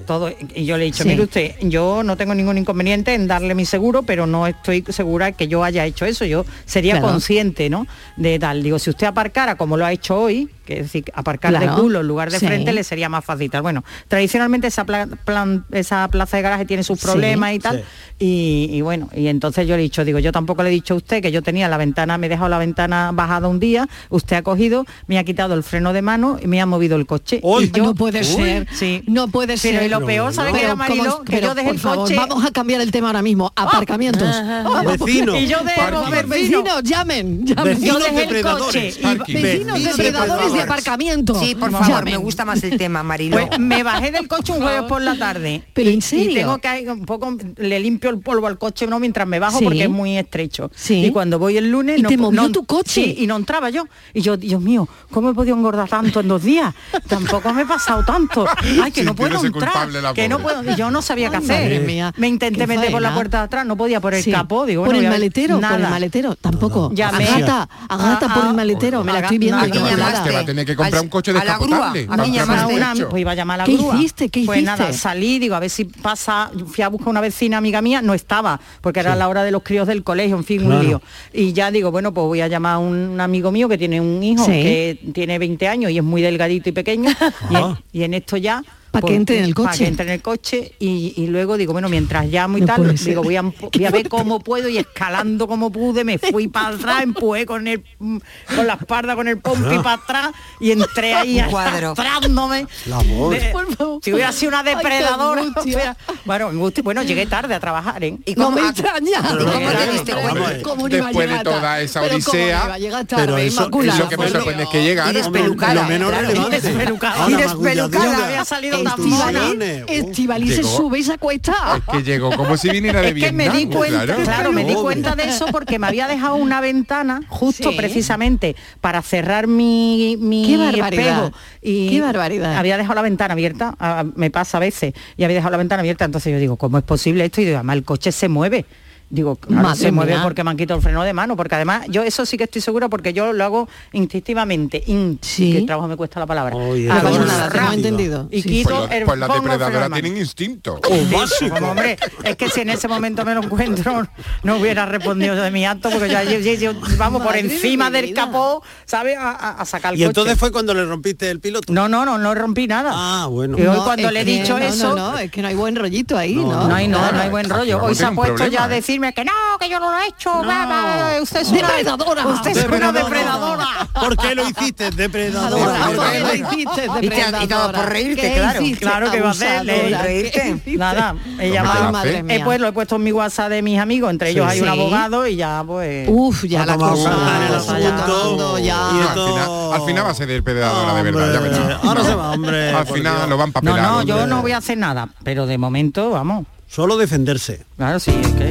Speaker 7: todo. Y yo le he dicho,
Speaker 14: Sí.
Speaker 7: mire usted, yo no tengo ningún inconveniente en darle mi seguro, pero no estoy segura que yo haya hecho eso. Yo sería
Speaker 14: Claro.
Speaker 7: consciente, ¿no? De tal. Digo, si usted aparcara como lo ha hecho hoy, que es decir, aparcar
Speaker 14: Claro.
Speaker 7: de culo en lugar de
Speaker 14: Sí.
Speaker 7: frente, le sería más fácil. tal. Bueno, tradicionalmente esa, pla- plan- esa plaza de garaje tiene sus problemas
Speaker 14: Sí,
Speaker 7: y tal. Y, y bueno, y entonces yo le he dicho, digo, yo tampoco le he dicho a usted que yo tenía la ventana, me he dejado la ventana bajada un día, usted ha cogido, me ha quitado el freno de mano y me ha movido el coche. Y yo-
Speaker 14: no puede
Speaker 7: Uy.
Speaker 14: ser,
Speaker 7: Sí.
Speaker 14: no puede ser.
Speaker 7: Pero y lo peor, ¿sabe qué era,
Speaker 14: Pero, ¿cómo
Speaker 7: Mariló?
Speaker 14: es-
Speaker 7: Que
Speaker 14: pero,
Speaker 7: yo dejé
Speaker 14: por
Speaker 7: el
Speaker 14: favor,
Speaker 7: coche...
Speaker 14: Vamos a cambiar el tema ahora mismo. Aparcamientos.
Speaker 7: Ah,
Speaker 5: Vecinos.
Speaker 14: Y yo de
Speaker 5: Parking.
Speaker 14: vecinos, vecinos, llamen, llamen.
Speaker 5: Vecinos
Speaker 14: Yo dejé el
Speaker 5: depredadores.
Speaker 14: coche.
Speaker 5: Parking.
Speaker 14: Vecinos
Speaker 5: Vecinos
Speaker 14: depredadores de
Speaker 5: depredadores.
Speaker 14: aparcamiento.
Speaker 19: Sí, por favor, me gusta más el tema, Marilo.
Speaker 7: Pues me bajé del coche un jueves por la tarde.
Speaker 14: [laughs] Pero en
Speaker 7: Y
Speaker 14: serio.
Speaker 7: tengo que un poco le limpio el polvo al coche no mientras me bajo
Speaker 14: Sí.
Speaker 7: porque es muy estrecho.
Speaker 14: Sí.
Speaker 7: Y cuando voy el lunes
Speaker 14: Y
Speaker 7: no
Speaker 14: te
Speaker 7: pu-
Speaker 14: movió
Speaker 7: no-
Speaker 14: tu coche.
Speaker 7: sí, y no entraba yo. Y yo, Dios mío, ¿cómo he podido engordar tanto en dos
Speaker 14: [laughs]
Speaker 7: días? Tampoco me he pasado
Speaker 15: [laughs]
Speaker 7: tanto. Ay, que no puedo
Speaker 15: Sintiéndose
Speaker 7: entrar.
Speaker 15: culpable la
Speaker 7: Que no
Speaker 15: pobre.
Speaker 7: puedo. Y yo no sabía qué
Speaker 14: Ay, madre
Speaker 7: hacer.
Speaker 14: mía,
Speaker 7: me intenté
Speaker 14: qué
Speaker 7: meter por la
Speaker 14: faena.
Speaker 7: puerta de atrás, no podía por el
Speaker 14: Sí.
Speaker 7: capó, digo,
Speaker 14: por
Speaker 7: bueno,
Speaker 14: el
Speaker 7: voy a-
Speaker 14: maletero, por el
Speaker 7: nada.
Speaker 14: maletero, tampoco.
Speaker 7: Llamé-
Speaker 14: Agata, Agata
Speaker 7: Ah,
Speaker 14: por el maletero, me la estoy viendo.
Speaker 7: Agata,
Speaker 14: enamorada.
Speaker 7: llamaste.
Speaker 15: Que va a tener que comprar un coche
Speaker 7: a la grúa,
Speaker 15: descapotable.
Speaker 7: a mí llamaron una- pues iba a llamar a la
Speaker 14: ¿Qué
Speaker 7: grúa.
Speaker 14: hiciste? ¿Qué
Speaker 7: Pues
Speaker 14: hiciste?
Speaker 7: nada, salí, digo, a ver si pasa, fui a buscar una vecina amiga mía, no estaba, porque era la hora de los críos del colegio, en fin,
Speaker 14: Claro.
Speaker 7: un lío. Y ya digo, bueno, pues voy a llamar a un amigo mío que tiene un hijo
Speaker 14: Sí. Ah.
Speaker 7: que tiene 20 años y es muy delgadito y
Speaker 14: [laughs]
Speaker 7: pequeño, y, en, y en esto ya...
Speaker 14: Pa' que
Speaker 7: pues,
Speaker 14: entre en el
Speaker 7: pa'
Speaker 14: coche.
Speaker 7: que entre en el coche y, y luego digo, bueno, mientras llamo y
Speaker 14: No
Speaker 7: tal,
Speaker 14: puede ser.
Speaker 7: digo,
Speaker 14: [laughs]
Speaker 7: voy a, empu- voy a ver cómo puedo y escalando como pude, me fui para atrás, empujé con el mm, con la espalda, con el
Speaker 14: Ah.
Speaker 7: pompi para atrás y entré ahí
Speaker 19: Un cuadro.
Speaker 7: arrastrándome.
Speaker 5: La voz.
Speaker 7: De-
Speaker 14: Por favor.
Speaker 7: Si hubiera sido una
Speaker 14: Ay, qué
Speaker 7: depredadora.
Speaker 14: angustia.
Speaker 7: hubiera- bueno, me gusta- bueno, llegué tarde a trabajar, ¿eh?
Speaker 19: ¿Y
Speaker 14: No
Speaker 19: cómo-
Speaker 14: me
Speaker 19: a-
Speaker 14: extraña.
Speaker 19: ¿y cómo te diste cuenta?
Speaker 14: ¿Cómo no iba a
Speaker 15: Después de
Speaker 14: llegar
Speaker 15: toda
Speaker 14: tarde?
Speaker 15: esa
Speaker 14: Pero ¿cómo no
Speaker 15: odisea,
Speaker 14: iba a llegar tarde, Pero eso- Inmaculada,
Speaker 15: lo que me
Speaker 14: por
Speaker 15: sorprende es
Speaker 14: Dios.
Speaker 15: que llega
Speaker 19: Y despelucada.
Speaker 5: Lo menos
Speaker 19: claro.
Speaker 5: relevante.
Speaker 19: Y despelucada.
Speaker 5: Ahora,
Speaker 19: Y despelucada,
Speaker 5: magulladora.
Speaker 7: había salido
Speaker 5: Con
Speaker 7: tan
Speaker 5: tus
Speaker 7: mona.
Speaker 5: millones.
Speaker 14: Estivaliz se
Speaker 15: Llegó.
Speaker 14: sube y se acuesta.
Speaker 15: que llegó como si viniera de
Speaker 7: es que me
Speaker 15: Vietnam.
Speaker 7: di cuenta, claro, me di
Speaker 15: Pobre.
Speaker 7: cuenta de eso porque me había dejado una ventana justo
Speaker 14: Sí.
Speaker 7: precisamente para cerrar mi, mi
Speaker 14: Qué barbaridad,
Speaker 7: espejo y
Speaker 14: qué barbaridad.
Speaker 7: había dejado la ventana abierta, ah, me pasa a veces, y había dejado la ventana abierta, entonces yo digo, ¿cómo es posible esto? Y digo, además el coche se mueve. Digo, claro,
Speaker 14: Madre
Speaker 7: se mueve
Speaker 14: mía.
Speaker 7: porque me han quitado el freno de mano, porque además yo eso sí que estoy segura porque yo lo hago instintivamente, in,
Speaker 14: Sí.
Speaker 7: que trabajo me cuesta la palabra.
Speaker 5: Oye,
Speaker 14: No
Speaker 7: Hago
Speaker 14: pasa
Speaker 7: un
Speaker 14: nada, tengo
Speaker 7: rap
Speaker 14: entendido.
Speaker 7: Ah, Y
Speaker 14: Sí.
Speaker 7: quito
Speaker 15: Oh, Pues,
Speaker 7: el
Speaker 15: las- pues las
Speaker 7: pongo el freno de
Speaker 15: depredadoras
Speaker 7: mano.
Speaker 15: tienen instinto.
Speaker 7: Oh,
Speaker 5: O
Speaker 7: Sí,
Speaker 5: básico.
Speaker 7: como, hombre, es que si en ese momento me lo encuentro no hubiera respondido de mi acto porque yo, yo- yo- yo- vamos por
Speaker 14: Madre de
Speaker 7: encima
Speaker 14: mi
Speaker 7: del
Speaker 14: vida.
Speaker 7: capó, ¿sabes? A, a- a sacar el
Speaker 5: Y entonces
Speaker 7: coche.
Speaker 5: fue cuando le rompiste el piloto.
Speaker 7: No, no, no, no rompí nada.
Speaker 5: Ah, bueno.
Speaker 7: Y hoy
Speaker 14: No,
Speaker 7: cuando
Speaker 14: es
Speaker 7: le he
Speaker 14: que
Speaker 7: dicho
Speaker 14: no,
Speaker 7: eso,
Speaker 14: No, no, es que no hay buen rollito ahí, ¿no?
Speaker 7: no, hay, no, no hay buen
Speaker 15: Aquí
Speaker 7: rollo.
Speaker 15: vamos
Speaker 7: Hoy se
Speaker 15: a
Speaker 7: ha
Speaker 15: tener un
Speaker 7: puesto ya a
Speaker 15: problema, ¿eh?
Speaker 7: decirme que no, que yo no lo he hecho. bla, bla, bla, usted es una
Speaker 14: Depredadora.
Speaker 7: Usted es una
Speaker 5: Depredadora.
Speaker 7: depredadora.
Speaker 5: ¿Por qué lo hiciste?
Speaker 14: Depredadora, ¿por qué
Speaker 5: Depredadora.
Speaker 14: lo hiciste,
Speaker 19: Y te- y todo
Speaker 14: depredadora?
Speaker 19: por reírte,
Speaker 14: ¿Qué
Speaker 19: claro.
Speaker 14: hiciste,
Speaker 7: Claro que va a hacer, le-
Speaker 14: abusadora?
Speaker 19: reírte.
Speaker 14: ¿Qué hiciste?
Speaker 7: Nada, he
Speaker 15: Toma
Speaker 7: llamado.
Speaker 14: Ay,
Speaker 15: café.
Speaker 14: madre
Speaker 7: Eh,
Speaker 14: mía.
Speaker 7: pues lo he puesto en mi WhatsApp de mis amigos, entre ellos
Speaker 14: Sí.
Speaker 7: hay un
Speaker 14: Sí.
Speaker 7: abogado y ya pues.
Speaker 14: Uf, ya la
Speaker 5: Vamos a
Speaker 14: cosa.
Speaker 5: bajar el
Speaker 14: se está
Speaker 5: asunto.
Speaker 14: acabando ya.
Speaker 5: Y
Speaker 15: No, al,
Speaker 5: esto-
Speaker 15: final, al final va a ser depredadora, de verdad. Ya
Speaker 5: Hombre,
Speaker 15: verás.
Speaker 5: ahora se va, hombre,
Speaker 15: Al
Speaker 5: por
Speaker 15: final
Speaker 5: Dios.
Speaker 15: lo van papelando.
Speaker 7: No, no, yo
Speaker 5: hombre.
Speaker 7: no voy a hacer nada, pero de momento, vamos.
Speaker 5: Solo defenderse.
Speaker 7: Claro, sí, es que.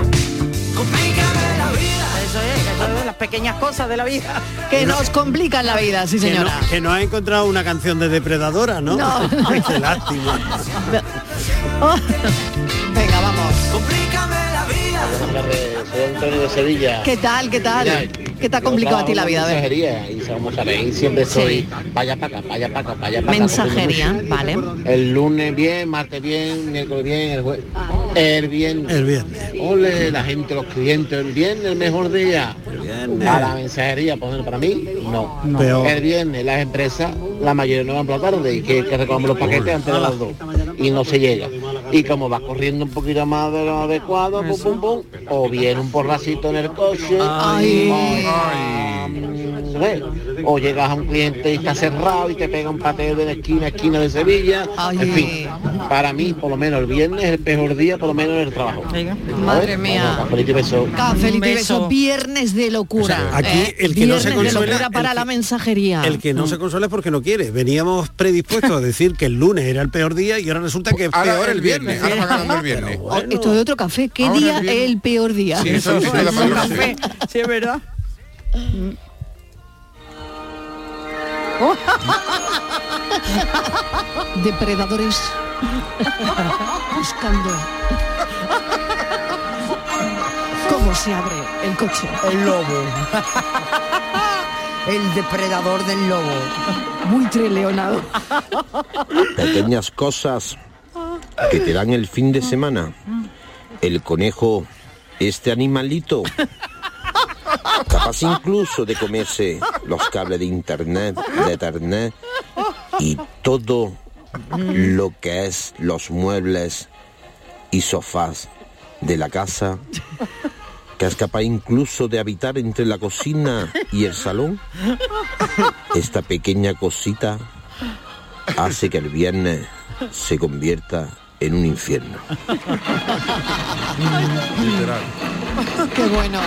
Speaker 7: Eso es, eso es las pequeñas cosas de la vida.
Speaker 14: Que nos complican la vida, sí
Speaker 5: Que no,
Speaker 14: señora.
Speaker 5: que no ha encontrado una canción de depredadora, ¿no?
Speaker 14: No.
Speaker 5: [laughs] Ay, qué lástima.
Speaker 14: [laughs] Venga, vamos.
Speaker 20: Buenas tardes, soy Antonio de Sevilla.
Speaker 14: ¿Qué tal? ¿Qué tal? ¿Qué te ha
Speaker 20: Yo
Speaker 14: complicado a ti la
Speaker 20: trabajo en
Speaker 14: vida? A ver.
Speaker 20: Mensajería y somos y siempre soy
Speaker 14: Sí.
Speaker 20: vaya para acá, vaya para acá, vaya para acá.
Speaker 14: Mensajería, vale.
Speaker 20: El lunes bien, martes bien, miércoles bien, el jueves. El viernes.
Speaker 5: El viernes.
Speaker 20: Ole, la gente, los clientes, el viernes, el mejor día.
Speaker 5: viernes.
Speaker 20: A la mensajería, por ejemplo, para mí, no.
Speaker 5: Peor.
Speaker 20: El viernes, las empresas, la mayoría no van por la tarde y que, que recogemos los paquetes antes de las dos. Y no se llega. Y como va corriendo un poquito más de lo adecuado, pum, pum, pum, o viene un porracito en el coche,
Speaker 14: Ay.
Speaker 20: o- o- o llegas a un cliente y está cerrado y te pega un pateo de la esquina, a esquina de Sevilla.
Speaker 14: Ay.
Speaker 20: En fin, para mí, por lo menos el viernes es el peor día, por lo menos en el trabajo.
Speaker 7: Venga.
Speaker 14: Madre mía.
Speaker 20: Feliz beso.
Speaker 14: Cafelito y
Speaker 7: Un
Speaker 14: beso,
Speaker 7: beso.
Speaker 14: viernes de locura.
Speaker 5: aquí
Speaker 14: ¿eh?
Speaker 5: el que no
Speaker 14: Viernes
Speaker 5: se
Speaker 14: de
Speaker 5: consuela,
Speaker 14: locura
Speaker 5: el
Speaker 14: para
Speaker 5: que-
Speaker 14: la mensajería.
Speaker 5: El que no se consuela es porque no quiere. Veníamos predispuestos a decir que el lunes era el peor día y ahora resulta que es peor
Speaker 15: Ahora el viernes, ahora va
Speaker 5: [laughs]
Speaker 15: ganando el viernes.
Speaker 14: Oh, Esto de otro café, ¿qué
Speaker 15: Ahora
Speaker 14: día
Speaker 15: es
Speaker 14: es
Speaker 15: viernes.
Speaker 14: el peor día?
Speaker 15: Sí, eso es
Speaker 14: [laughs]
Speaker 7: Es un
Speaker 15: la
Speaker 7: café. Sí, es verdad.
Speaker 21: Mm.
Speaker 14: Depredadores buscando cómo se abre el coche.
Speaker 19: El lobo. El depredador del lobo.
Speaker 14: Buitre leonado.
Speaker 18: Pequeñas cosas
Speaker 22: que te dan el fin de semana, el conejo, este animalito, capaz incluso de comerse los cables de internet, de internet y todo lo que es los muebles y sofás de la casa, que es capaz incluso de habitar entre la cocina y el salón, esta pequeña cosita hace que el viernes se convierta en un infierno.
Speaker 14: [laughs]
Speaker 5: Literal. Qué bueno.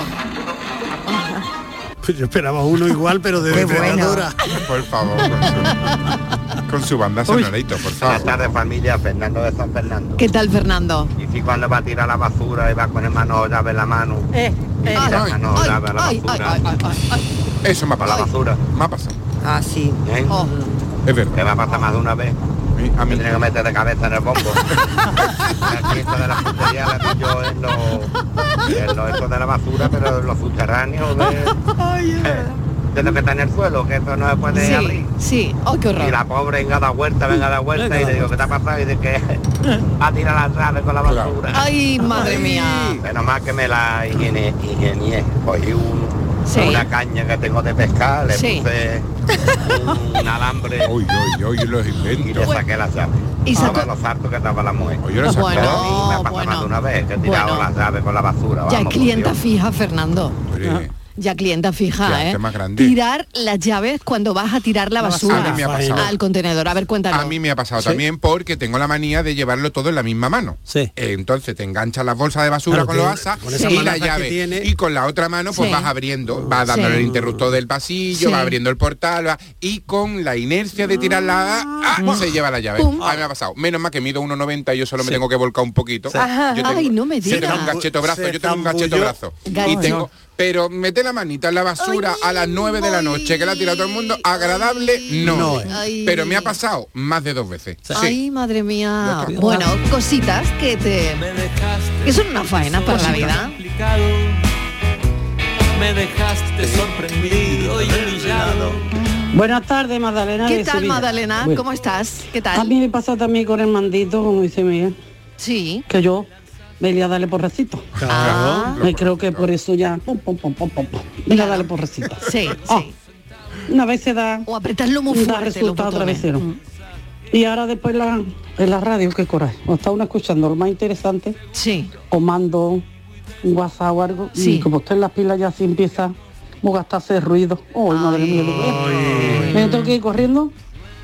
Speaker 5: Pues Yo esperaba uno igual, pero de depredadora.
Speaker 15: Por favor, con su, con su banda sonorito, por favor.
Speaker 23: Buenas tardes familia, Fernando de San Fernando.
Speaker 14: [laughs] ¿Qué tal, Fernando?
Speaker 23: Y si cuando va a tirar la basura y va con el mano llave en la mano.
Speaker 14: Eh,
Speaker 23: Y
Speaker 14: eh.
Speaker 23: la mano
Speaker 14: Ay,
Speaker 23: llave a la
Speaker 14: ay,
Speaker 23: basura.
Speaker 14: ay, ay, ay, ay.
Speaker 15: Eso me ha
Speaker 23: Para la basura.
Speaker 15: Me ha pasado.
Speaker 23: Ah, sí.
Speaker 15: Es verdad.
Speaker 23: Me va a pasar más de una vez.
Speaker 15: A
Speaker 23: Me
Speaker 15: mí.
Speaker 23: tiene que meter de cabeza en el
Speaker 15: [laughs]
Speaker 23: bombo. la fiesta de la puntería la pillo en los... En los estos de la basura, pero en los subterráneos de... eh, de lo que está en el suelo, que eso no se puede abrir.
Speaker 14: Sí, sí. Oh, qué
Speaker 23: Y
Speaker 14: horror.
Speaker 23: la pobre venga a dar vuelta, venga a dar vuelta y le digo, ¿qué te ha pasado? Y dice que [laughs] ha tirado la llave con la basura.
Speaker 14: Ay, madre mía.
Speaker 23: Menos mal que me la higiene, higienie. Cogí un-
Speaker 14: Sí.
Speaker 23: una caña que tengo de pescar, le
Speaker 14: Sí.
Speaker 23: puse
Speaker 14: [laughs]
Speaker 23: un alambre.
Speaker 15: Uy, uy, uy, los inventos.
Speaker 23: Y le saqué la llave.
Speaker 14: Y
Speaker 23: Y
Speaker 14: sacó-
Speaker 23: los hartos que estaba la mujer.
Speaker 15: yo le saqué.
Speaker 23: Pero a mí me ha
Speaker 14: Bueno,
Speaker 23: pasado más de
Speaker 14: bueno.
Speaker 23: una vez que he tirado
Speaker 14: Bueno.
Speaker 23: la llave con la basura.
Speaker 14: Ya es
Speaker 23: vamos, por
Speaker 14: clienta
Speaker 23: Dios.
Speaker 14: fija, Fernando. Ya clienta fija,
Speaker 23: Cliente
Speaker 14: ¿eh?
Speaker 23: más grande.
Speaker 14: Tirar las llaves cuando vas a tirar la
Speaker 15: No,
Speaker 14: basura
Speaker 15: a mí me ha pasado.
Speaker 14: al contenedor. A ver, cuéntanos.
Speaker 15: A mí me ha pasado también porque tengo la manía de llevarlo todo en la misma mano. Entonces te enganchas las bolsas de basura
Speaker 5: Claro,
Speaker 15: con los
Speaker 5: que-
Speaker 15: asas
Speaker 5: con esas
Speaker 15: y la
Speaker 5: manazas que
Speaker 15: llave. Y con la otra mano pues
Speaker 5: Sí.
Speaker 15: vas abriendo, vas dándole
Speaker 5: Sí.
Speaker 15: el interruptor del pasillo,
Speaker 5: Sí.
Speaker 15: vas abriendo el portal va- y con la inercia de tirar la ah, se lleva la llave.
Speaker 5: Pum.
Speaker 15: A mí me ha pasado. Menos mal que mido 1,90 y yo solo me tengo que volcar un poquito.
Speaker 5: Sí.
Speaker 14: Ajá.
Speaker 15: Yo tengo-
Speaker 14: Ay, no me
Speaker 15: se me da
Speaker 14: digas.
Speaker 15: un gacheto brazo,
Speaker 5: Se
Speaker 15: yo tengo un gacheto
Speaker 5: zambulló.
Speaker 15: brazo. Y
Speaker 5: Gacho.
Speaker 15: tengo pero mete la manita en la basura a las 9 de la noche que la tira todo el mundo agradable no,
Speaker 5: No
Speaker 15: es.
Speaker 14: Ay.
Speaker 15: pero me ha pasado más de dos veces sí.
Speaker 14: Ay, madre mía.
Speaker 15: Ya está.
Speaker 14: Bueno, cositas que te... que son una faena para la vida.
Speaker 18: Me dejaste sorprendido y brillado.
Speaker 24: Buenas tardes, Magdalena.
Speaker 14: ¿Qué
Speaker 24: de
Speaker 14: tal,
Speaker 24: Sevilla.
Speaker 14: Magdalena?
Speaker 24: Bueno,
Speaker 14: ¿Cómo estás? ¿Qué tal?
Speaker 24: A mí me pasa también con el mandito, como dice Miguel.
Speaker 14: Sí. Ah.
Speaker 24: Que yo me iba a darle porracito. Me creo que por eso ya. Pum, pum, pum, pum, pum, pum. Me iba a darle porracito.
Speaker 14: Sí,
Speaker 24: Ah, Una vez se da.
Speaker 14: O apretarlo muy
Speaker 24: Da
Speaker 14: fuerte. Mm. los
Speaker 24: resultado otra vez
Speaker 14: botones.
Speaker 24: cero. Y ahora después la, en la radio, qué coraje. O está uno escuchando lo más interesante.
Speaker 14: Sí.
Speaker 24: O mando un WhatsApp o algo.
Speaker 14: Sí.
Speaker 24: Y como está en las pilas ya se empieza a gastarse el ruido. Oh, madre mía. de verdad. Me tengo que ir corriendo.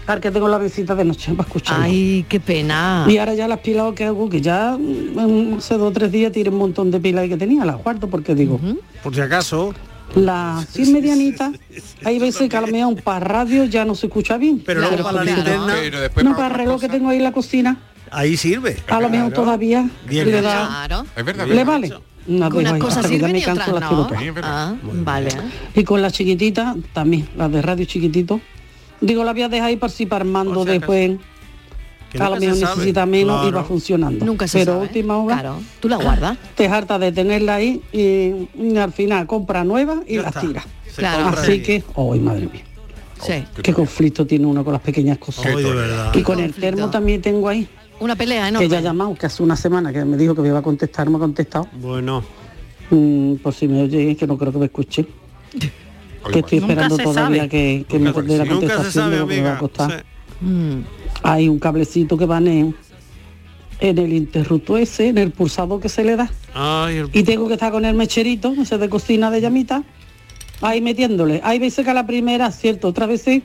Speaker 24: Ahora que tengo la visita de noche para escuchar.
Speaker 14: Ay, qué pena.
Speaker 24: Y ahora ya las pilas que hago, que ya mm, hace dos o tres días tiré un montón de pilas que tenía, las guardo porque digo,
Speaker 5: Por si acaso.
Speaker 24: las sí medianitas, hay veces que a la media un par radio ya no se escucha bien.
Speaker 5: Pero luego para la
Speaker 24: escucha.
Speaker 5: linterna- Pero después
Speaker 24: no,
Speaker 5: para
Speaker 24: para el reloj que tengo ahí en la cocina,
Speaker 5: Ahí sirve.
Speaker 24: a lo mejor todavía
Speaker 5: Bien
Speaker 24: le
Speaker 5: hecho.
Speaker 24: da-
Speaker 5: Claro. Es verdad,
Speaker 24: le
Speaker 5: bien
Speaker 24: vale.
Speaker 5: hecho.
Speaker 24: Una
Speaker 14: Que unas cosas sirven y otras no. Ah, vale.
Speaker 24: Y con las chiquititas también, las de radio chiquitito. Digo, las voy a dejar ahí por si para Armando después.
Speaker 14: Que
Speaker 24: A lo
Speaker 14: nunca se
Speaker 24: mejor
Speaker 14: sabe.
Speaker 24: necesita menos y va
Speaker 14: Claro.
Speaker 24: funcionando.
Speaker 14: Nunca se
Speaker 24: Pero
Speaker 14: sabe.
Speaker 24: a última hora.
Speaker 14: Claro. Tú la guardas.
Speaker 24: [clears throat] Te harta de tenerla ahí y, y al final compra nueva y las tira.
Speaker 14: Se Claro. compra
Speaker 24: Así
Speaker 14: y-
Speaker 24: que, hoy madre mía.
Speaker 14: Sí.
Speaker 24: Qué, conflicto tiene uno con las pequeñas cosas.
Speaker 5: Ay, de verdad.
Speaker 24: Y con el termo también tengo ahí.
Speaker 14: Una pelea
Speaker 24: Que ella ha
Speaker 14: enorme.
Speaker 24: llamado, que hace una semana que me dijo que me iba a contestar, no me ha contestado.
Speaker 5: Bueno.
Speaker 24: Mm, por si me oye, que no creo que me escuche. que estoy
Speaker 5: Nunca
Speaker 24: esperando
Speaker 5: se
Speaker 24: todavía
Speaker 5: sabe.
Speaker 24: que, que me
Speaker 5: Nunca se
Speaker 24: dé la
Speaker 5: sabe. Nunca se
Speaker 24: contestación
Speaker 5: sabe,
Speaker 24: de lo que me va a
Speaker 5: amiga.
Speaker 24: costar. Hay un cablecito que va en el, en el interruptor ese, en el pulsador que se le da.
Speaker 5: Ay, el-
Speaker 24: Y tengo que estar con el mecherito, ese de cocina de llamita, ahí metiéndole. Hay veces que a la primera acierto, otras veces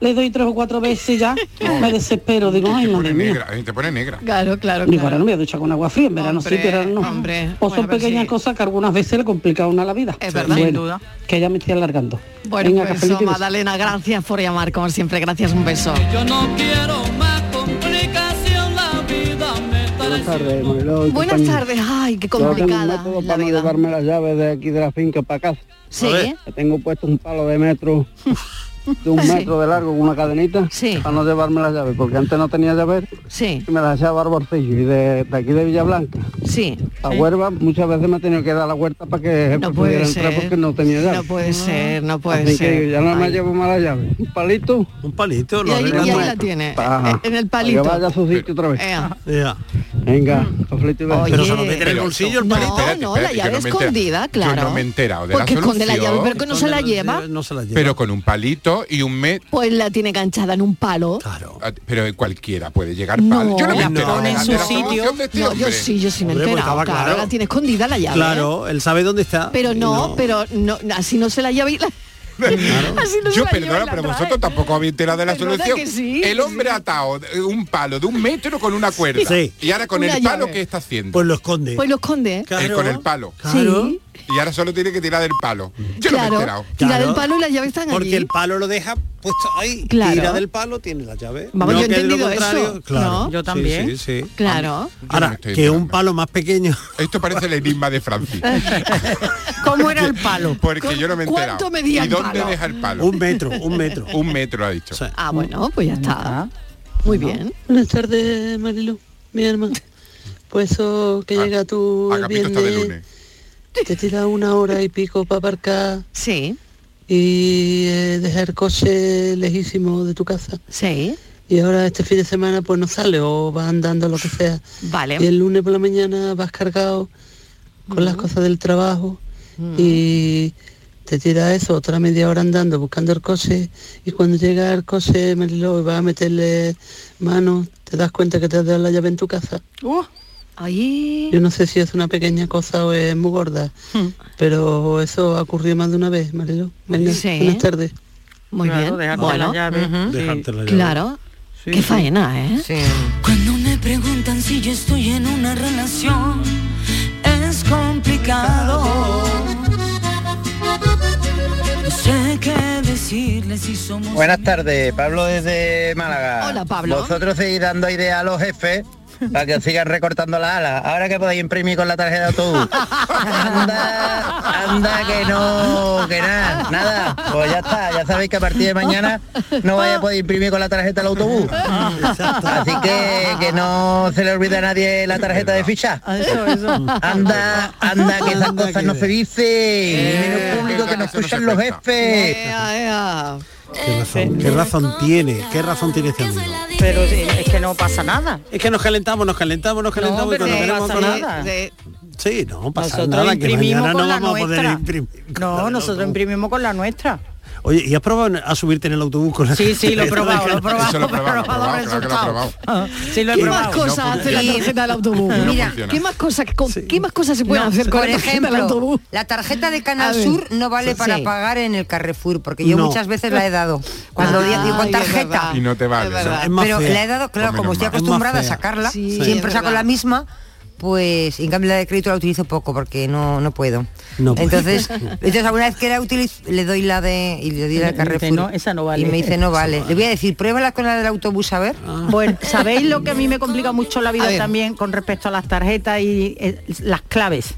Speaker 24: le doy tres o cuatro veces
Speaker 5: [laughs]
Speaker 24: ya, me desespero, digo, ay, madre mía.
Speaker 15: negra eh, te pone negra
Speaker 14: Claro, claro,
Speaker 24: Digo, ahora no me voy a duchar con agua fría, en verano sí,
Speaker 14: Hombre,
Speaker 24: pero ahora no.
Speaker 14: hombre,
Speaker 24: o
Speaker 14: bueno,
Speaker 24: son
Speaker 14: a ver
Speaker 24: pequeñas
Speaker 14: si-
Speaker 24: cosas que algunas veces le complica a una la vida.
Speaker 14: Es verdad. Sin
Speaker 24: Bueno,
Speaker 14: duda.
Speaker 24: Que ya me estoy alargando.
Speaker 14: Bueno,
Speaker 24: Venga,
Speaker 14: pues
Speaker 24: cafelito
Speaker 14: eso,
Speaker 24: y besos.
Speaker 14: Magdalena, gracias por llamar, como siempre. Gracias, un beso.
Speaker 18: Yo no quiero más complicación, la vida me
Speaker 19: Buenas tardes, Mariló y
Speaker 14: Buenas
Speaker 19: compañía.
Speaker 14: tardes. Ay, qué
Speaker 19: Yo tengo un
Speaker 14: complicada
Speaker 19: método
Speaker 14: la
Speaker 19: para no
Speaker 14: vida.
Speaker 19: llevarme las llaves de aquí de la finca para casa.
Speaker 14: Sí. A ver. [laughs]
Speaker 19: Le tengo puesto un palo de metro
Speaker 25: de un metro de largo con una cadenita para no llevarme las llaves, porque antes no tenía llaves y me las echaba al bolsillo. Y de, de aquí de Villablanca
Speaker 14: sí.
Speaker 25: a
Speaker 14: Sí.
Speaker 25: Huerva muchas veces me he tenido que dar la vuelta para que
Speaker 14: No
Speaker 25: pudiera
Speaker 14: puede
Speaker 25: entrar
Speaker 14: ser.
Speaker 25: porque no tenía llaves.
Speaker 14: No puede ser, no puede
Speaker 25: Así
Speaker 14: ser.
Speaker 25: que yo no me
Speaker 14: Ay.
Speaker 25: llevo más la llave. Un palito. Un palito,
Speaker 14: Y ahí, y ahí la tiene, eh, en el palito.
Speaker 25: Que vaya a su sitio otra vez.
Speaker 14: Ea.
Speaker 25: Venga, conflicto y beso.
Speaker 14: Oye. Pero se lo mete en el
Speaker 25: bolsillo
Speaker 14: No, no, la llave escondida, claro.
Speaker 15: Yo no me he enterado de
Speaker 14: Porque
Speaker 15: la
Speaker 14: esconde
Speaker 15: solución.
Speaker 14: la llave, pero que no se la lleva,
Speaker 15: Pero con un palito y un met
Speaker 14: pues la tiene enganchada en un palo.
Speaker 15: Ah, Pero cualquiera puede llegar
Speaker 14: No,
Speaker 15: pal. Yo no me he
Speaker 14: la
Speaker 15: enterado
Speaker 14: pone
Speaker 15: de
Speaker 14: en
Speaker 15: la-
Speaker 14: su
Speaker 15: de la
Speaker 14: sitio.
Speaker 15: solución de este
Speaker 14: No, yo
Speaker 15: hombre.
Speaker 14: sí, yo sí me he
Speaker 5: Hombre, pues
Speaker 14: enterado,
Speaker 5: estaba
Speaker 14: claro,
Speaker 5: claro.
Speaker 14: la tiene escondida la llave. ¿eh?
Speaker 5: Claro, él sabe dónde está.
Speaker 14: Pero no, pero no, así no se la lleva y la... así no
Speaker 15: Yo
Speaker 14: se la lleva
Speaker 15: perdona,
Speaker 14: y la
Speaker 15: pero
Speaker 14: trae.
Speaker 15: vosotros tampoco habéis enterado de la
Speaker 14: Perdona
Speaker 15: solución.
Speaker 14: Pues, que sí,
Speaker 15: el
Speaker 14: que
Speaker 15: hombre atado de un palo de un metro con una cuerda.
Speaker 5: Sí.
Speaker 15: Y ahora con
Speaker 14: Una
Speaker 15: el palo,
Speaker 14: llave.
Speaker 15: ¿qué está haciendo?
Speaker 5: Pues lo
Speaker 14: [laughs]
Speaker 5: esconde.
Speaker 14: Pues lo esconde.
Speaker 15: Eh, con el palo. Y ahora solo tiene que tirar del palo. Yo no me he
Speaker 14: Claro,
Speaker 15: enterado.
Speaker 14: tira del palo y la llave están
Speaker 5: Porque
Speaker 14: allí.
Speaker 5: el palo lo deja puesto ahí,
Speaker 14: Claro.
Speaker 5: tira del palo, tiene la llave.
Speaker 14: Vamos, yo he
Speaker 5: que de lo
Speaker 14: entendido
Speaker 5: contrario,
Speaker 14: eso,
Speaker 5: claro.
Speaker 14: ¿no? Yo
Speaker 5: Sí,
Speaker 14: también.
Speaker 5: Sí, sí,
Speaker 14: Claro.
Speaker 5: Ahora, que un palo más pequeño.
Speaker 15: Esto parece el enigma de Francis.
Speaker 14: [laughs] ¿Cómo era el palo?
Speaker 15: Porque yo no me he enterado.
Speaker 14: ¿Cuánto medía
Speaker 15: ¿Y
Speaker 14: el
Speaker 15: dónde
Speaker 14: palo?
Speaker 15: deja el palo?
Speaker 5: Un metro, un metro.
Speaker 15: un metro ha dicho.
Speaker 14: Ah, bueno, pues ya está. Muy bien.
Speaker 21: Buenas tardes, Marilu, mi hermano. Pues eso que llega tú el
Speaker 15: Agapito Ah, está de
Speaker 21: viernes,
Speaker 15: lunes.
Speaker 21: te tira una hora y pico para aparcar.
Speaker 14: Sí.
Speaker 21: Y eh, dejar el coche lejísimo de tu casa.
Speaker 14: Sí.
Speaker 21: Y ahora este fin de semana pues no sale o vas andando lo que sea.
Speaker 14: Vale.
Speaker 21: Y el lunes por la mañana vas cargado con las cosas del trabajo
Speaker 24: Mm.
Speaker 21: y te tira eso otra media hora andando buscando el coche y cuando llega el coche Mariló, y vas a meterle mano, te das cuenta que te has dejado la llave en tu casa.
Speaker 14: Uh, ahí. Hmm.
Speaker 21: Yo no sé si es una pequeña cosa o es muy gorda, pero eso ha ocurrido más de una vez, Mariló. Venga,
Speaker 14: Sí.
Speaker 21: Buenas tardes.
Speaker 14: Muy
Speaker 21: Claro,
Speaker 14: bien.
Speaker 21: dejarte
Speaker 14: bueno,
Speaker 21: la llave.
Speaker 14: ujú.
Speaker 21: Dejarte la llave.
Speaker 14: Claro.
Speaker 21: Sí,
Speaker 14: Qué
Speaker 21: sí.
Speaker 14: faena, ¿eh?
Speaker 19: Cuando me preguntan si yo estoy en una relación, es complicado. No sé qué decirles si somos...
Speaker 26: Buenas tardes, Pablo desde Málaga.
Speaker 19: Hola, Pablo.
Speaker 26: Vosotros seguís dando ideas a los jefes para que os sigan recortando las alas. Ahora que podéis imprimir con la tarjeta de autobús. Anda, anda que no, que nada, nada. Pues ya está, ya sabéis que a partir de mañana no vais a poder imprimir con la tarjeta del autobús. Así que que no se le olvide a nadie la tarjeta de ficha. Anda, anda que Eh, esas cosas no se dicen. Menos público que nos escuchan los jefes.
Speaker 5: Qué razón, qué razón tiene, qué razón tiene este amigo.
Speaker 7: Pero eh, es que no pasa nada.
Speaker 5: Es que nos calentamos, nos calentamos, nos calentamos y
Speaker 7: pero
Speaker 5: cuando
Speaker 7: no
Speaker 5: queremos
Speaker 7: pasa
Speaker 5: poner-
Speaker 7: nada.
Speaker 5: Sí, no pasa
Speaker 7: Nosotros
Speaker 5: nada, que
Speaker 7: imprimimos
Speaker 5: mañana
Speaker 7: con
Speaker 5: no
Speaker 7: la
Speaker 5: vamos a poder
Speaker 7: nuestra.
Speaker 5: imprimir.
Speaker 7: No, nosotros imprimimos con la nuestra.
Speaker 5: Oye, ¿y has probado a subirte en el autobús con la
Speaker 7: Sí, sí,
Speaker 5: [laughs]
Speaker 7: lo he probado, lo he probado,
Speaker 5: Eso lo he probado,
Speaker 7: pero
Speaker 5: lo he probado,
Speaker 7: no ha
Speaker 5: claro que lo he
Speaker 7: dado resultado. Sí, lo he
Speaker 14: ¿Qué
Speaker 7: probado.
Speaker 14: más cosas hace la tarjeta del autobús?
Speaker 15: No
Speaker 14: Mira,
Speaker 15: funciona.
Speaker 14: ¿qué más cosas, con- ¿qué más cosas se pueden
Speaker 16: No,
Speaker 14: hacer con
Speaker 16: por
Speaker 14: la tarjeta del
Speaker 16: ejemplo,
Speaker 14: autobús?
Speaker 16: La tarjeta de
Speaker 14: A
Speaker 16: Canal
Speaker 14: ver.
Speaker 16: Sur no vale
Speaker 14: Sí.
Speaker 16: para pagar en el Carrefour, porque yo
Speaker 5: No.
Speaker 16: muchas veces la he dado.
Speaker 15: Ah,
Speaker 16: Cuando
Speaker 14: ah,
Speaker 16: di- digo
Speaker 5: es
Speaker 16: tarjeta.
Speaker 5: verdad. Y no te vale. Es verdad. Es más
Speaker 16: Pero
Speaker 5: fea.
Speaker 16: la he dado, claro,
Speaker 5: Pues
Speaker 16: como
Speaker 5: menos
Speaker 16: estoy
Speaker 5: mal. Es más
Speaker 16: acostumbrada a
Speaker 5: fea.
Speaker 16: sacarla,
Speaker 5: Sí, es
Speaker 16: siempre
Speaker 5: verdad.
Speaker 16: saco la misma. Pues en cambio la de crédito la utilizo poco porque no, no puedo.
Speaker 5: No puedes.
Speaker 16: entonces, entonces alguna vez que la utilizo le doy la de y le doy la de
Speaker 7: Y me dice,
Speaker 16: Carrefour.
Speaker 7: no, esa no vale.
Speaker 16: Y me dice no vale. Le voy a decir, pruébala con la del autobús a ver.
Speaker 7: Bueno, ¿sabéis lo que a mí me complica mucho la
Speaker 16: A
Speaker 7: vida
Speaker 16: ver.
Speaker 7: también con respecto a las tarjetas y eh, las claves?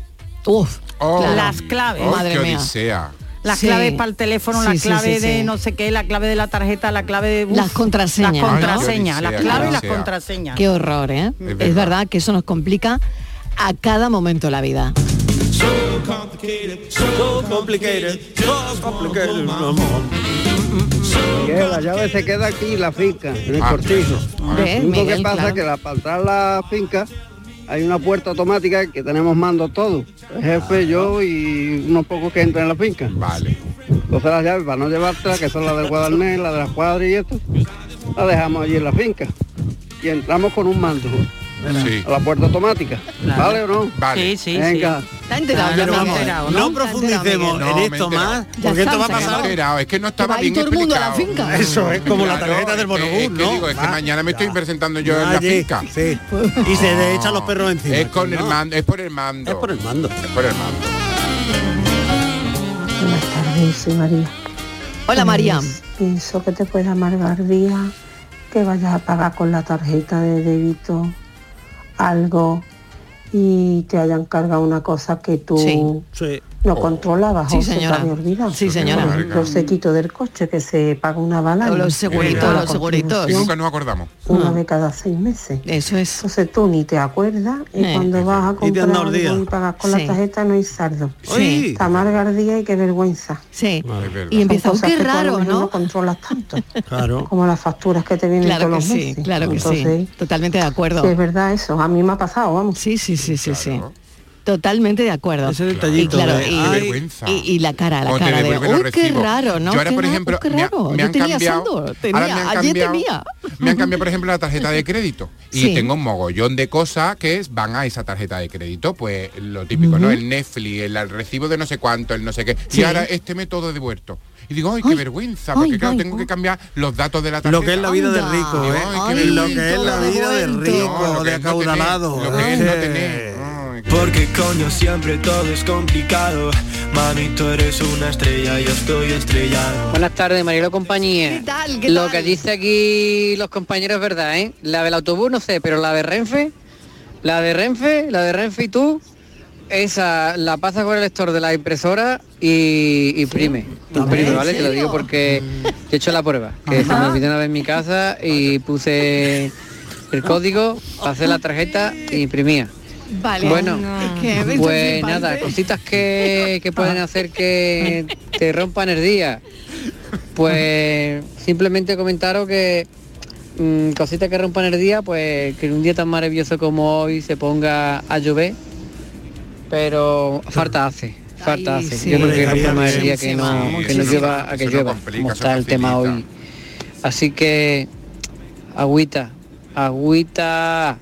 Speaker 7: Las claves.
Speaker 15: Oh, qué odisea.
Speaker 7: Las
Speaker 15: Sí.
Speaker 7: claves para el teléfono,
Speaker 15: Sí,
Speaker 7: la
Speaker 15: sí,
Speaker 7: clave
Speaker 15: sí,
Speaker 7: de
Speaker 15: sí.
Speaker 7: no sé qué, la clave de la tarjeta, la clave de... uf,
Speaker 14: Las contraseñas.
Speaker 7: Las
Speaker 14: ¿no?
Speaker 7: contraseñas, las claves y las
Speaker 14: Claro.
Speaker 7: contraseñas. Mm.
Speaker 14: Qué horror, ¿eh? Es verdad. que eso nos complica a cada momento de la vida.
Speaker 5: So complicated, so complicated, so complicated, mi amor.
Speaker 25: Miguel, la llave se queda aquí en la finca, en el
Speaker 5: Ah.
Speaker 25: cortijo.
Speaker 5: Ah.
Speaker 25: Lo Ves, único Miguel, que pasa claro. es que para entrar a la finca hay una puerta automática que tenemos mando todo. El jefe, yo y unos pocos que entran en la finca.
Speaker 15: Vale.
Speaker 25: Entonces las llaves para no llevártelas, que son las del Guadalnés, las de las cuadras y esto, las dejamos allí en la finca. Y entramos con un mando.
Speaker 15: Sí.
Speaker 25: A la puerta automática. ¿Vale o no?
Speaker 15: Vale.
Speaker 25: sí, Venga.
Speaker 14: Está enterado, ya
Speaker 25: Pero
Speaker 14: me he
Speaker 25: vamos,
Speaker 14: enterado,
Speaker 25: no
Speaker 14: Está
Speaker 25: profundicemos
Speaker 14: enterado,
Speaker 5: en
Speaker 25: No,
Speaker 5: esto
Speaker 25: me he enterado.
Speaker 5: más,
Speaker 25: Ya
Speaker 5: porque esto va a
Speaker 25: está, se
Speaker 5: pasar.
Speaker 15: Me he enterado, es que no estaba
Speaker 25: va
Speaker 15: bien
Speaker 5: todo el mundo a la
Speaker 15: explicado.
Speaker 5: finca. [laughs] Eso es como la tarjeta del
Speaker 15: es que-
Speaker 5: Bonobús,
Speaker 15: es que
Speaker 5: ¿no?
Speaker 15: digo, es que
Speaker 5: Va,
Speaker 15: mañana me estoy presentando yo
Speaker 5: Ya,
Speaker 15: en la
Speaker 5: ye-
Speaker 15: finca.
Speaker 5: sí. Y se le echan los perros encima,
Speaker 15: Es con
Speaker 5: ¿no?
Speaker 15: el mando, es por el mando. Es por el
Speaker 5: mando.
Speaker 15: Es por el mando.
Speaker 27: Buenas tardes, soy María.
Speaker 14: Hola, María.
Speaker 27: Pues, pienso que te puede amargar día que vayas a pagar con la tarjeta de débito algo y te hayan cargado una cosa que tú
Speaker 5: Sí.
Speaker 27: Lo controlaba,
Speaker 14: Sí,
Speaker 27: José, te
Speaker 14: señora.
Speaker 27: había olvidado.
Speaker 14: Sí, señora.
Speaker 27: Por ejemplo, el sequito del coche que se paga una bala.
Speaker 14: Los seguritos,
Speaker 27: Una
Speaker 14: los seguritos.
Speaker 27: continuación,
Speaker 15: Nunca nos acordamos.
Speaker 27: Una de cada seis meses.
Speaker 14: Ah. Eso es.
Speaker 27: Entonces tú ni te acuerdas y
Speaker 14: Eh.
Speaker 27: cuando vas a
Speaker 14: Y te
Speaker 27: comprar
Speaker 14: anda
Speaker 27: algo
Speaker 14: ardida.
Speaker 27: y pagas con
Speaker 14: Sí.
Speaker 27: la tarjeta no hay saldo.
Speaker 14: Sí.
Speaker 27: Te amarga el día y qué vergüenza.
Speaker 14: Sí.
Speaker 27: verdad.
Speaker 14: Y empieza,
Speaker 27: Son
Speaker 14: oh,
Speaker 27: cosas
Speaker 14: qué
Speaker 27: que tú a lo
Speaker 14: raro,
Speaker 27: mejor
Speaker 14: ¿no?
Speaker 27: no controlas tanto. Claro. Como las facturas que te vienen
Speaker 14: Claro
Speaker 27: todos
Speaker 14: que
Speaker 27: los
Speaker 14: sí,
Speaker 27: meses.
Speaker 14: claro que sí.
Speaker 27: Entonces,
Speaker 14: Totalmente de acuerdo.
Speaker 27: sí, es verdad eso. A mí me ha pasado, vamos.
Speaker 14: Sí, sí, sí, sí, sí. Totalmente de acuerdo.
Speaker 5: Ese detallito
Speaker 14: Y, claro,
Speaker 5: de,
Speaker 14: y,
Speaker 5: "Ay".
Speaker 14: y- y la cara, la
Speaker 15: O te
Speaker 14: cara de,
Speaker 15: devuelven el
Speaker 14: uy, qué
Speaker 15: recibo".
Speaker 14: raro, ¿no?
Speaker 15: Yo ahora,
Speaker 14: Qué
Speaker 15: por
Speaker 14: ra-
Speaker 15: ejemplo,
Speaker 14: uy, qué
Speaker 15: me han-
Speaker 14: raro.
Speaker 15: me
Speaker 14: Yo
Speaker 15: han
Speaker 14: tenía
Speaker 15: cambiado-
Speaker 14: saldo,
Speaker 15: ahora
Speaker 14: tenía,
Speaker 15: me han
Speaker 14: ayer
Speaker 15: cambiado-
Speaker 14: tenía.
Speaker 15: Me han cambiado, por ejemplo, la tarjeta de crédito. Y
Speaker 14: Sí.
Speaker 15: tengo un mogollón de cosas que es- van a esa tarjeta de crédito. Pues lo típico, ¿no?
Speaker 5: Ujú.
Speaker 15: El Netflix, el, el recibo de no sé cuánto, el no sé qué.
Speaker 5: Sí.
Speaker 15: Y ahora este método devuelto. Y digo, ay, qué vergüenza, porque claro, tengo que cambiar los datos de la tarjeta.
Speaker 5: Lo que es la vida de
Speaker 15: Anda.
Speaker 5: rico,
Speaker 15: Digo,
Speaker 5: ¿eh?
Speaker 15: ay, qué
Speaker 5: lo
Speaker 15: vergüenza.
Speaker 5: que es la vida de rico, de acaudalado. ¿eh?
Speaker 28: Porque coño siempre todo es complicado. Mami, tú eres una estrella, yo estoy estrellado.
Speaker 29: Buenas tardes, Marilo Compañía.
Speaker 28: ¿Qué tal? ¿Qué
Speaker 29: Lo
Speaker 28: tal?
Speaker 29: que dice aquí los compañeros es verdad, ¿eh? La del autobús no sé, pero la de Renfe, la de Renfe, la de Renfe y tú, esa la pasas con el lector de la impresora y imprime. Imprime,
Speaker 17: ¿En
Speaker 29: ¿vale? Te lo digo porque yo he hecho la prueba. Que se me olvidó una vez en mi casa y puse
Speaker 28: Ah.
Speaker 29: el código, pasé la tarjeta e imprimía.
Speaker 14: Vale.
Speaker 29: Bueno,
Speaker 14: Es que me hizo
Speaker 29: pues
Speaker 14: flipante.
Speaker 29: nada, cositas que, que pueden hacer que te rompan el día. Pues simplemente comentaros que mm, cositas que rompan el día, pues que un día tan maravilloso como hoy se ponga a llover, pero falta hace. Falta
Speaker 17: Ay,
Speaker 29: hace.
Speaker 17: sí.
Speaker 29: Yo creo que
Speaker 17: Hombre,
Speaker 29: rompa más el
Speaker 17: sí,
Speaker 29: día
Speaker 17: sí,
Speaker 29: que no,
Speaker 17: vamos.
Speaker 29: que no
Speaker 17: Eso
Speaker 29: llueva
Speaker 17: no-
Speaker 29: a que
Speaker 17: eso no
Speaker 29: llueva,
Speaker 17: complica,
Speaker 29: como
Speaker 17: eso
Speaker 29: está el tema
Speaker 17: facilita.
Speaker 29: hoy. Así que agüita, agüita.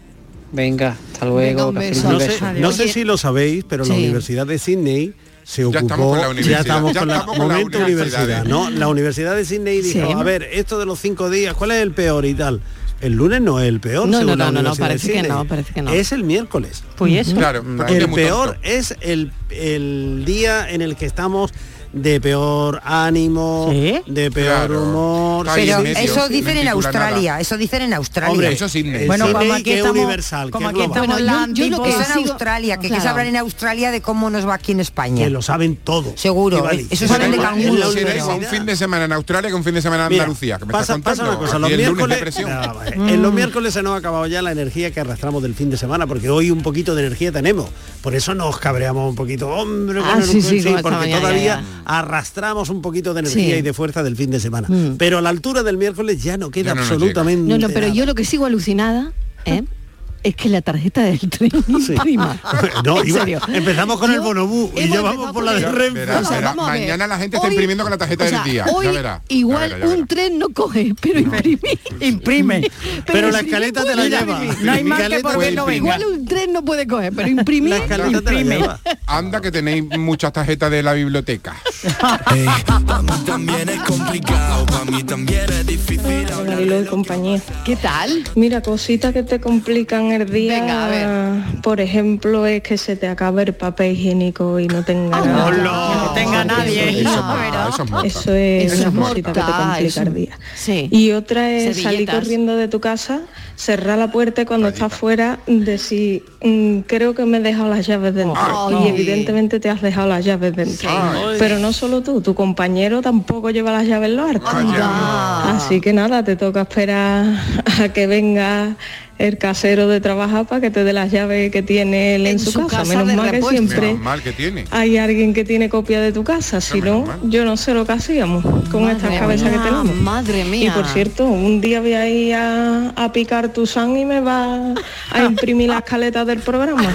Speaker 29: Venga, hasta luego. que feliz
Speaker 5: No
Speaker 29: beso.
Speaker 5: sé, no sé si lo sabéis, pero la
Speaker 29: Sí.
Speaker 5: Universidad de Sydney se ocupó.
Speaker 29: estamos con la
Speaker 5: ya
Speaker 29: universidad,
Speaker 5: estamos
Speaker 29: ya
Speaker 5: con la,
Speaker 29: estamos con la
Speaker 5: momento
Speaker 29: universidad,
Speaker 5: universidad,
Speaker 29: ¿eh?
Speaker 5: ¿no? La Universidad de Sydney
Speaker 29: Sí.
Speaker 5: dijo, a ver, esto de los cinco días, ¿cuál es el peor y tal? El lunes no es el peor.
Speaker 14: No, no,
Speaker 5: según la
Speaker 14: no, no, no,
Speaker 5: Universidad de
Speaker 14: parece que
Speaker 5: Sydney.
Speaker 14: no, parece que no.
Speaker 5: Es el miércoles.
Speaker 14: Pues eso. Claro, porque es
Speaker 5: el
Speaker 14: muy
Speaker 5: peor
Speaker 14: tonto.
Speaker 5: es el, el día en el que estamos de peor ánimo, de peor
Speaker 15: Claro.
Speaker 5: humor.
Speaker 16: Pero
Speaker 5: Sí, sí, sí.
Speaker 16: eso dicen en Australia, eso dicen en Australia.
Speaker 5: Hombre, eso sí, eh, Bueno, sí, como aquí que es estamos- universal, como que es aquí global. estamos
Speaker 16: Bueno,
Speaker 5: en la
Speaker 16: yo- yo lo que
Speaker 5: antípoda.
Speaker 16: eso en Australia, que, que Claro. sabrán en Australia de cómo nos va aquí en España.
Speaker 5: Que lo saben todo.
Speaker 16: Seguro. eh,
Speaker 5: Estivali.
Speaker 16: Eso saben de
Speaker 15: Será igual-
Speaker 16: canguros.
Speaker 15: será igual un fin de semana en Australia que un fin de semana en
Speaker 5: Mira,
Speaker 15: Andalucía. Que me estás
Speaker 5: pasa,
Speaker 15: contando.
Speaker 5: pasa una cosa, los
Speaker 15: Aquí el lunes
Speaker 5: miércoles,
Speaker 15: depresión. [laughs]
Speaker 5: No, vale. en los miércoles se nos ha acabado ya la energía que arrastramos del fin de semana, porque hoy un poquito de energía tenemos, por eso nos cabreamos un poquito, hombre,
Speaker 14: Ah,
Speaker 5: bueno,
Speaker 14: sí,
Speaker 5: no-
Speaker 14: sí, como esta
Speaker 5: porque
Speaker 14: mañana,
Speaker 5: todavía
Speaker 14: ya,
Speaker 5: arrastramos un poquito de energía
Speaker 14: Sí. Mm.
Speaker 5: y de fuerza del fin de semana, pero a la altura del miércoles ya no queda absolutamente
Speaker 14: No, no, pero
Speaker 5: nada.
Speaker 14: yo lo que sigo alucinada ¿eh?
Speaker 5: Ah.
Speaker 14: es que la tarjeta del
Speaker 5: [laughs]
Speaker 14: tren imprima.
Speaker 5: No,
Speaker 14: En
Speaker 5: iba-
Speaker 14: serio.
Speaker 15: Em-
Speaker 5: empezamos con el bonobú y
Speaker 14: hemos
Speaker 5: ya vamos por la de Renfe.
Speaker 15: Verás,
Speaker 14: O sea,
Speaker 15: verás,
Speaker 14: vamos a ver.
Speaker 15: Mañana la gente está
Speaker 14: Hoy-
Speaker 15: imprimiendo con la tarjeta
Speaker 14: O sea,
Speaker 15: del día.
Speaker 14: hoy
Speaker 15: ya verá.
Speaker 14: igual
Speaker 15: verá, ya
Speaker 14: un tren no coge, pero imprime.
Speaker 5: Imprime. Pero la escaleta te la
Speaker 14: Mira,
Speaker 5: lleva.
Speaker 14: No hay más que
Speaker 15: Escaleta
Speaker 14: por ver no
Speaker 15: puede imprimir.
Speaker 14: Igual un tren no puede coger, pero imprimir, imprime.
Speaker 15: Anda que tenéis muchas tarjetas de la biblioteca.
Speaker 28: Eh, También es complicado, para mí también es difícil.
Speaker 30: Marilo y compañía.
Speaker 14: ¿Qué tal?
Speaker 30: Mira, cositas que te complican el día.
Speaker 14: Venga, a
Speaker 30: Por ejemplo, es que se te acabe el papel higiénico y no tenga nada.
Speaker 14: Ah, No tenga nadie.
Speaker 30: Eso,
Speaker 28: Ah,
Speaker 30: Eso es
Speaker 14: Eso es
Speaker 30: una cosita que te
Speaker 14: mortal,
Speaker 30: complica
Speaker 14: eso-
Speaker 30: el día.
Speaker 14: Sí.
Speaker 30: Y otra es salir
Speaker 14: Servilletas.
Speaker 30: corriendo de tu casa, cerrar la puerta y cuando estás fuera, decir, "Mm, creo que me he dejado las llaves dentro.
Speaker 14: Ay.
Speaker 30: Y evidentemente te has dejado las llaves dentro.
Speaker 14: Ay.
Speaker 30: Pero no solo tú, tu compañero tampoco lleva las llaves en los arcos. Así que nada, te toca esperar a que venga el casero de trabajar para que te dé las llaves que tiene él en, su, casa. Menos
Speaker 15: de
Speaker 30: mal que
Speaker 15: repuesto.
Speaker 30: siempre
Speaker 15: Menos mal que tiene.
Speaker 30: hay alguien que tiene copia de tu casa, si no, yo no sé lo que hacíamos con estas cabezas que tenemos.
Speaker 14: Madre mía.
Speaker 30: Y por cierto, un día voy a ir a, a picar tu san y me va a imprimir las caletas
Speaker 14: [laughs]
Speaker 30: del programa.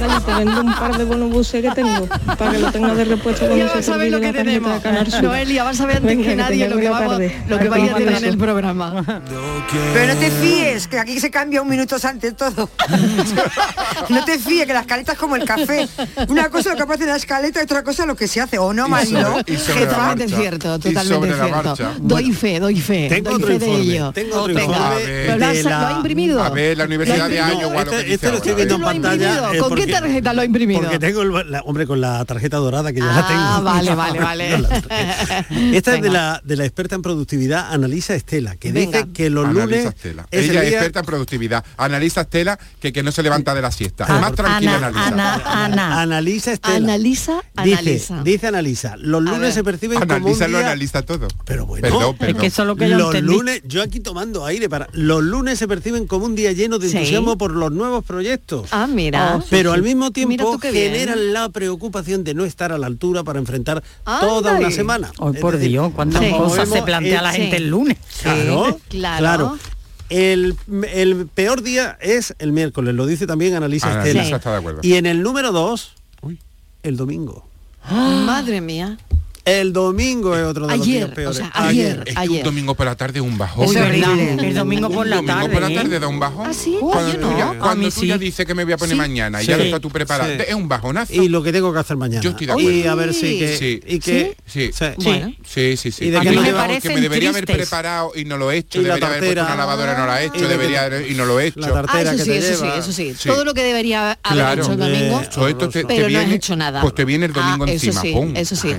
Speaker 30: Dale, te vendo un par de bonos buses que tengo para que lo tengas de repuesto cuando
Speaker 14: Ya
Speaker 30: se
Speaker 14: vas
Speaker 30: te
Speaker 14: a ver lo
Speaker 30: olvide
Speaker 14: que
Speaker 30: la tarjeta
Speaker 14: tenemos.
Speaker 30: de Canal Sur.
Speaker 14: Noelia, vas a ver antes
Speaker 30: Venga,
Speaker 14: que nadie
Speaker 30: tengáis
Speaker 14: lo que,
Speaker 30: buena
Speaker 14: vamos,
Speaker 30: tarde.
Speaker 14: lo que
Speaker 30: Ay,
Speaker 14: vaya a
Speaker 30: cómo me
Speaker 14: tener en el
Speaker 30: alegro.
Speaker 14: programa. este
Speaker 16: Pero no te fíes, que aquí se cambia un minuto antes todo. [laughs] no te fíes, que las caletas es como el café. Una cosa lo que aparece en la escaleta, otra cosa lo que se hace, ¿o no,
Speaker 14: Y
Speaker 16: Marilo?
Speaker 14: sobre- y sobre la
Speaker 16: Jefa.
Speaker 14: Totalmente cierto, totalmente cierto. Doy fe, doy fe.
Speaker 5: Tengo
Speaker 14: doy
Speaker 5: otro
Speaker 14: fe
Speaker 5: informe,
Speaker 14: de ello.
Speaker 5: tengo otro
Speaker 14: Venga.
Speaker 5: informe
Speaker 14: ¿Pero lo, has-
Speaker 5: de
Speaker 14: lo
Speaker 5: la-
Speaker 14: ha imprimido?
Speaker 5: A ver, la Universidad
Speaker 14: ¿Lo ha
Speaker 5: de
Speaker 14: imprimido?
Speaker 5: Iowa, lo que Este- dice este lo ahora, estoy
Speaker 14: ¿Tú
Speaker 5: viendo en
Speaker 14: lo has
Speaker 5: pantalla,
Speaker 14: imprimido?
Speaker 5: eh,
Speaker 14: ¿Con qué
Speaker 5: porque-
Speaker 14: tarjeta lo ha imprimido?
Speaker 5: Porque tengo el, la- hombre con la tarjeta dorada que ya la tengo.
Speaker 14: Ah,
Speaker 5: [laughs]
Speaker 14: vale, vale, vale.
Speaker 5: Esta es de
Speaker 14: Venga. [laughs]
Speaker 5: la, de la experta en productividad, Analisa Estela, que
Speaker 14: Venga.
Speaker 5: dice que los
Speaker 15: Analisa
Speaker 5: lunes
Speaker 15: Estela.
Speaker 5: es
Speaker 15: Ella
Speaker 5: el
Speaker 15: es
Speaker 5: día
Speaker 15: experta en productividad. Analiza Estela que, que no se levanta de la siesta.
Speaker 14: Ah,
Speaker 5: Ah,
Speaker 15: Más tranquila analiza.
Speaker 5: Analiza Estela.
Speaker 14: Analiza,
Speaker 5: Dice,
Speaker 14: analiza.
Speaker 5: dice analiza. Los lunes
Speaker 14: ver.
Speaker 5: se perciben como un
Speaker 15: Analiza, lo
Speaker 5: día-
Speaker 15: analiza todo.
Speaker 5: Pero bueno,
Speaker 15: Perdón, perdón.
Speaker 5: los lunes, yo aquí tomando aire para. Los lunes se perciben como un día lleno de
Speaker 14: Sí.
Speaker 5: entusiasmo por los nuevos proyectos.
Speaker 14: Ah, mira.
Speaker 5: Pero al
Speaker 14: Mira
Speaker 5: mismo
Speaker 14: tú
Speaker 5: tiempo
Speaker 14: qué bien.
Speaker 5: generan la preocupación de no estar a la altura para enfrentar
Speaker 14: Anda
Speaker 5: toda una
Speaker 14: ahí.
Speaker 5: semana.
Speaker 7: Ay, por Dios, cuántas cosas se plantea la gente el lunes. Sí.
Speaker 5: Claro,
Speaker 14: Claro.
Speaker 5: claro. El, el peor día es el miércoles, lo dice también Analisa
Speaker 15: Ana
Speaker 5: Estela.
Speaker 15: Luisa Ah, está de acuerdo.
Speaker 5: Y en el número dos, el domingo.
Speaker 30: Ah.
Speaker 14: Madre mía.
Speaker 5: El domingo es otro de
Speaker 14: Ayer,
Speaker 5: los días peores.
Speaker 14: o sea, ayer,
Speaker 15: Es que
Speaker 14: ayer.
Speaker 15: un domingo por la tarde es un bajón.
Speaker 5: Es horrible.
Speaker 7: El domingo por la
Speaker 15: Un domingo
Speaker 7: tarde,
Speaker 15: por la
Speaker 7: ¿eh?
Speaker 15: tarde da un bajón.
Speaker 14: ¿Ah, sí?
Speaker 15: Cuando
Speaker 14: Yo
Speaker 15: tú
Speaker 14: no.
Speaker 15: ya,
Speaker 5: A
Speaker 15: cuando
Speaker 5: mí
Speaker 15: tú
Speaker 5: sí.
Speaker 15: ya dices que me voy a poner
Speaker 5: Sí.
Speaker 15: mañana y
Speaker 5: Sí.
Speaker 15: ya lo estás tú preparado,
Speaker 5: Sí.
Speaker 15: es un bajonazo.
Speaker 5: Y lo que tengo que hacer mañana.
Speaker 15: Yo estoy de acuerdo.
Speaker 5: Y a ver si que...
Speaker 15: Sí.
Speaker 5: Y que
Speaker 15: Sí.
Speaker 5: Sí.
Speaker 15: Bueno. Sí, sí, sí.
Speaker 5: Y de
Speaker 15: A
Speaker 5: que
Speaker 15: mí
Speaker 5: no
Speaker 15: me
Speaker 5: llevamos-
Speaker 15: parece que me debería haber preparado y no lo he hecho,
Speaker 5: Y la
Speaker 15: debería haber puesto
Speaker 5: tartera.
Speaker 15: una lavadora y no la he
Speaker 5: Y de
Speaker 15: hecho,
Speaker 5: que
Speaker 15: debería
Speaker 5: te-
Speaker 15: haber- y no lo he hecho.
Speaker 5: La
Speaker 14: Ah, eso sí, eso sí,
Speaker 15: lleva-
Speaker 14: eso sí,
Speaker 15: Sí.
Speaker 14: Todo lo que debería haber hecho el domingo.
Speaker 15: Todo esto te, te
Speaker 14: pero no
Speaker 15: viene-
Speaker 14: has hecho nada.
Speaker 15: Pues te viene el domingo
Speaker 14: Ah,
Speaker 15: encima.
Speaker 14: Eso sí,
Speaker 15: ¡pum!
Speaker 14: eso sí.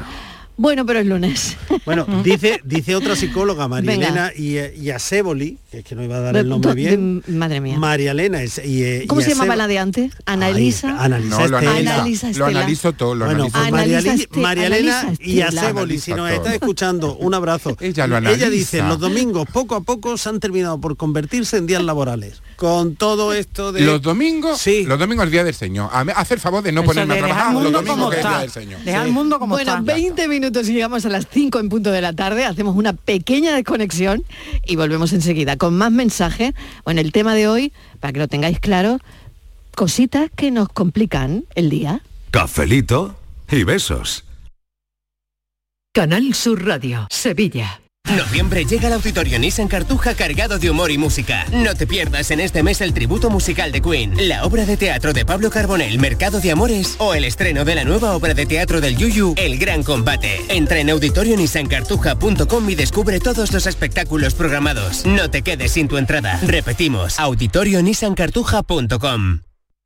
Speaker 14: Bueno, pero es lunes.
Speaker 5: Bueno, dice, dice otra psicóloga, María
Speaker 14: Venga.
Speaker 5: Elena y, eh, y Aceboli, que es que no iba a dar
Speaker 14: De-
Speaker 5: el nombre
Speaker 14: do-
Speaker 5: bien.
Speaker 14: de- madre mía.
Speaker 5: María Elena es- y, eh,
Speaker 14: ¿Cómo
Speaker 5: y
Speaker 14: se llamaba
Speaker 5: Acebo-
Speaker 14: la de antes? Analiza.
Speaker 5: Analiza
Speaker 15: No, lo
Speaker 5: Estela.
Speaker 15: analiza.
Speaker 14: Analiza
Speaker 15: Lo
Speaker 14: Estela.
Speaker 15: analizo todo, lo
Speaker 5: Bueno,
Speaker 15: analizo.
Speaker 5: pues María,
Speaker 14: Analiza
Speaker 5: Eli-
Speaker 14: Este-
Speaker 5: María
Speaker 14: analiza
Speaker 5: Elena y
Speaker 14: Estela.
Speaker 5: Aceboli, si nos
Speaker 15: Analiza
Speaker 5: está
Speaker 15: todo.
Speaker 5: escuchando, un abrazo.
Speaker 15: [laughs] Ella lo
Speaker 5: Ella dice,
Speaker 15: analiza.
Speaker 5: los domingos poco a poco se han terminado por convertirse en días laborales. Con todo esto de...
Speaker 15: Los domingos, los domingos es el día del Señor. A mí- Haz el favor de no
Speaker 5: Eso
Speaker 15: ponerme
Speaker 5: de
Speaker 15: a
Speaker 5: dejar
Speaker 15: trabajar
Speaker 5: el
Speaker 15: los
Speaker 5: mundo
Speaker 15: domingos
Speaker 5: como
Speaker 15: que es el día
Speaker 5: está.
Speaker 15: del Señor.
Speaker 7: Deja al mundo como
Speaker 14: bueno, 20 minutos y llegamos a las 5 en punto de la tarde. Hacemos una pequeña desconexión y volvemos enseguida con más mensaje. Bueno, el tema de hoy, para que lo tengáis claro, cositas que nos complican el día.
Speaker 1: Cafelito y besos.
Speaker 31: Canal Sur Radio, Sevilla.
Speaker 32: Noviembre llega al Auditorio Nissan Cartuja cargado de humor y música. No te pierdas en este mes el tributo musical de Queen, la obra de teatro de Pablo Carbonell, Mercado de Amores, o el estreno de la nueva obra de teatro del Yuyu, El Gran Combate. Entra en auditorionissancartuja.com y descubre todos los espectáculos programados. No te quedes sin tu entrada. Repetimos, auditorionissancartuja.com.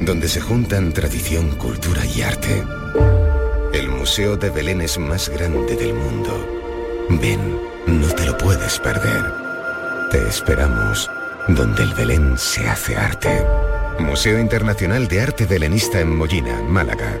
Speaker 33: donde se juntan tradición, cultura y arte. El Museo de Belén es más grande del mundo. Ven, no te lo puedes perder. Te esperamos donde el Belén se hace arte. Museo Internacional de Arte Belenista en Mollina, Málaga.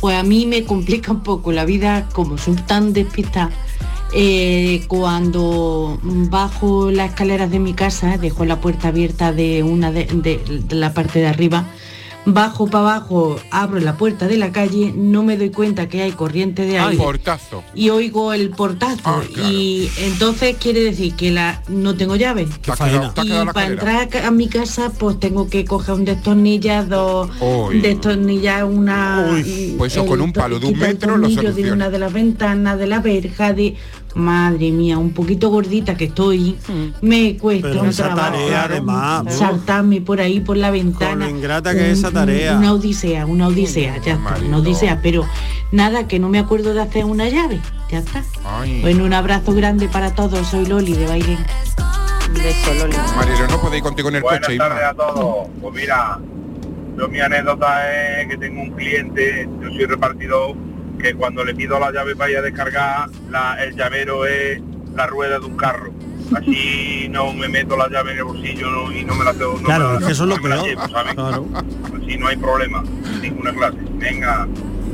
Speaker 34: Pues a mí me complica un poco la vida, como soy tan despistada, eh, cuando bajo las escaleras de mi casa, dejo la puerta abierta de una de, de- de la parte de arriba, bajo para abajo, abro la puerta de la calle, no me doy cuenta que hay corriente de
Speaker 15: Ay,
Speaker 34: aire
Speaker 15: portazo.
Speaker 34: y oigo el portazo
Speaker 15: Ah,
Speaker 34: y entonces quiere decir que la no tengo llave
Speaker 15: Te has quedado- te has
Speaker 34: y
Speaker 15: quedado la
Speaker 34: para
Speaker 15: escalera.
Speaker 34: entrar a mi casa pues tengo que coger un destornillador
Speaker 15: Uy.
Speaker 34: destornillar una
Speaker 15: Uy, pues eso
Speaker 34: el
Speaker 15: con un palo de un
Speaker 34: quita el
Speaker 15: metro lo
Speaker 34: tornillo de
Speaker 15: soluciona.
Speaker 34: una de las ventanas de la verja de madre mía un poquito gordita que estoy me cuesta
Speaker 5: Pero
Speaker 34: un
Speaker 5: esa
Speaker 34: trabajo
Speaker 5: tarea, además, uf.
Speaker 34: saltarme por ahí por la ventana
Speaker 5: ingrata que es esa tarea.
Speaker 34: una odisea una odisea ya está, una odisea pero nada que no me acuerdo de hacer una llave ya está bueno, un abrazo grande para todos. Soy Loli de Bailén.
Speaker 15: Marero, no podéis contigo en el
Speaker 2: Buenas
Speaker 15: coche,
Speaker 2: tardes
Speaker 15: Inma.
Speaker 2: a todos. Pues mira, yo mi anécdota es que tengo un cliente, yo soy repartidor, que cuando le pido la llave para ir a descargar, la- el llavero es la rueda de un carro. Así no me meto la llave en el bolsillo no- y no me la tengo. no me
Speaker 5: Claro,
Speaker 2: la-
Speaker 5: es que eso es
Speaker 2: no
Speaker 5: lo
Speaker 2: me la
Speaker 5: peor.
Speaker 2: llevo, ¿sabes?
Speaker 5: Claro.
Speaker 2: Así no hay problema, ninguna clase. Venga,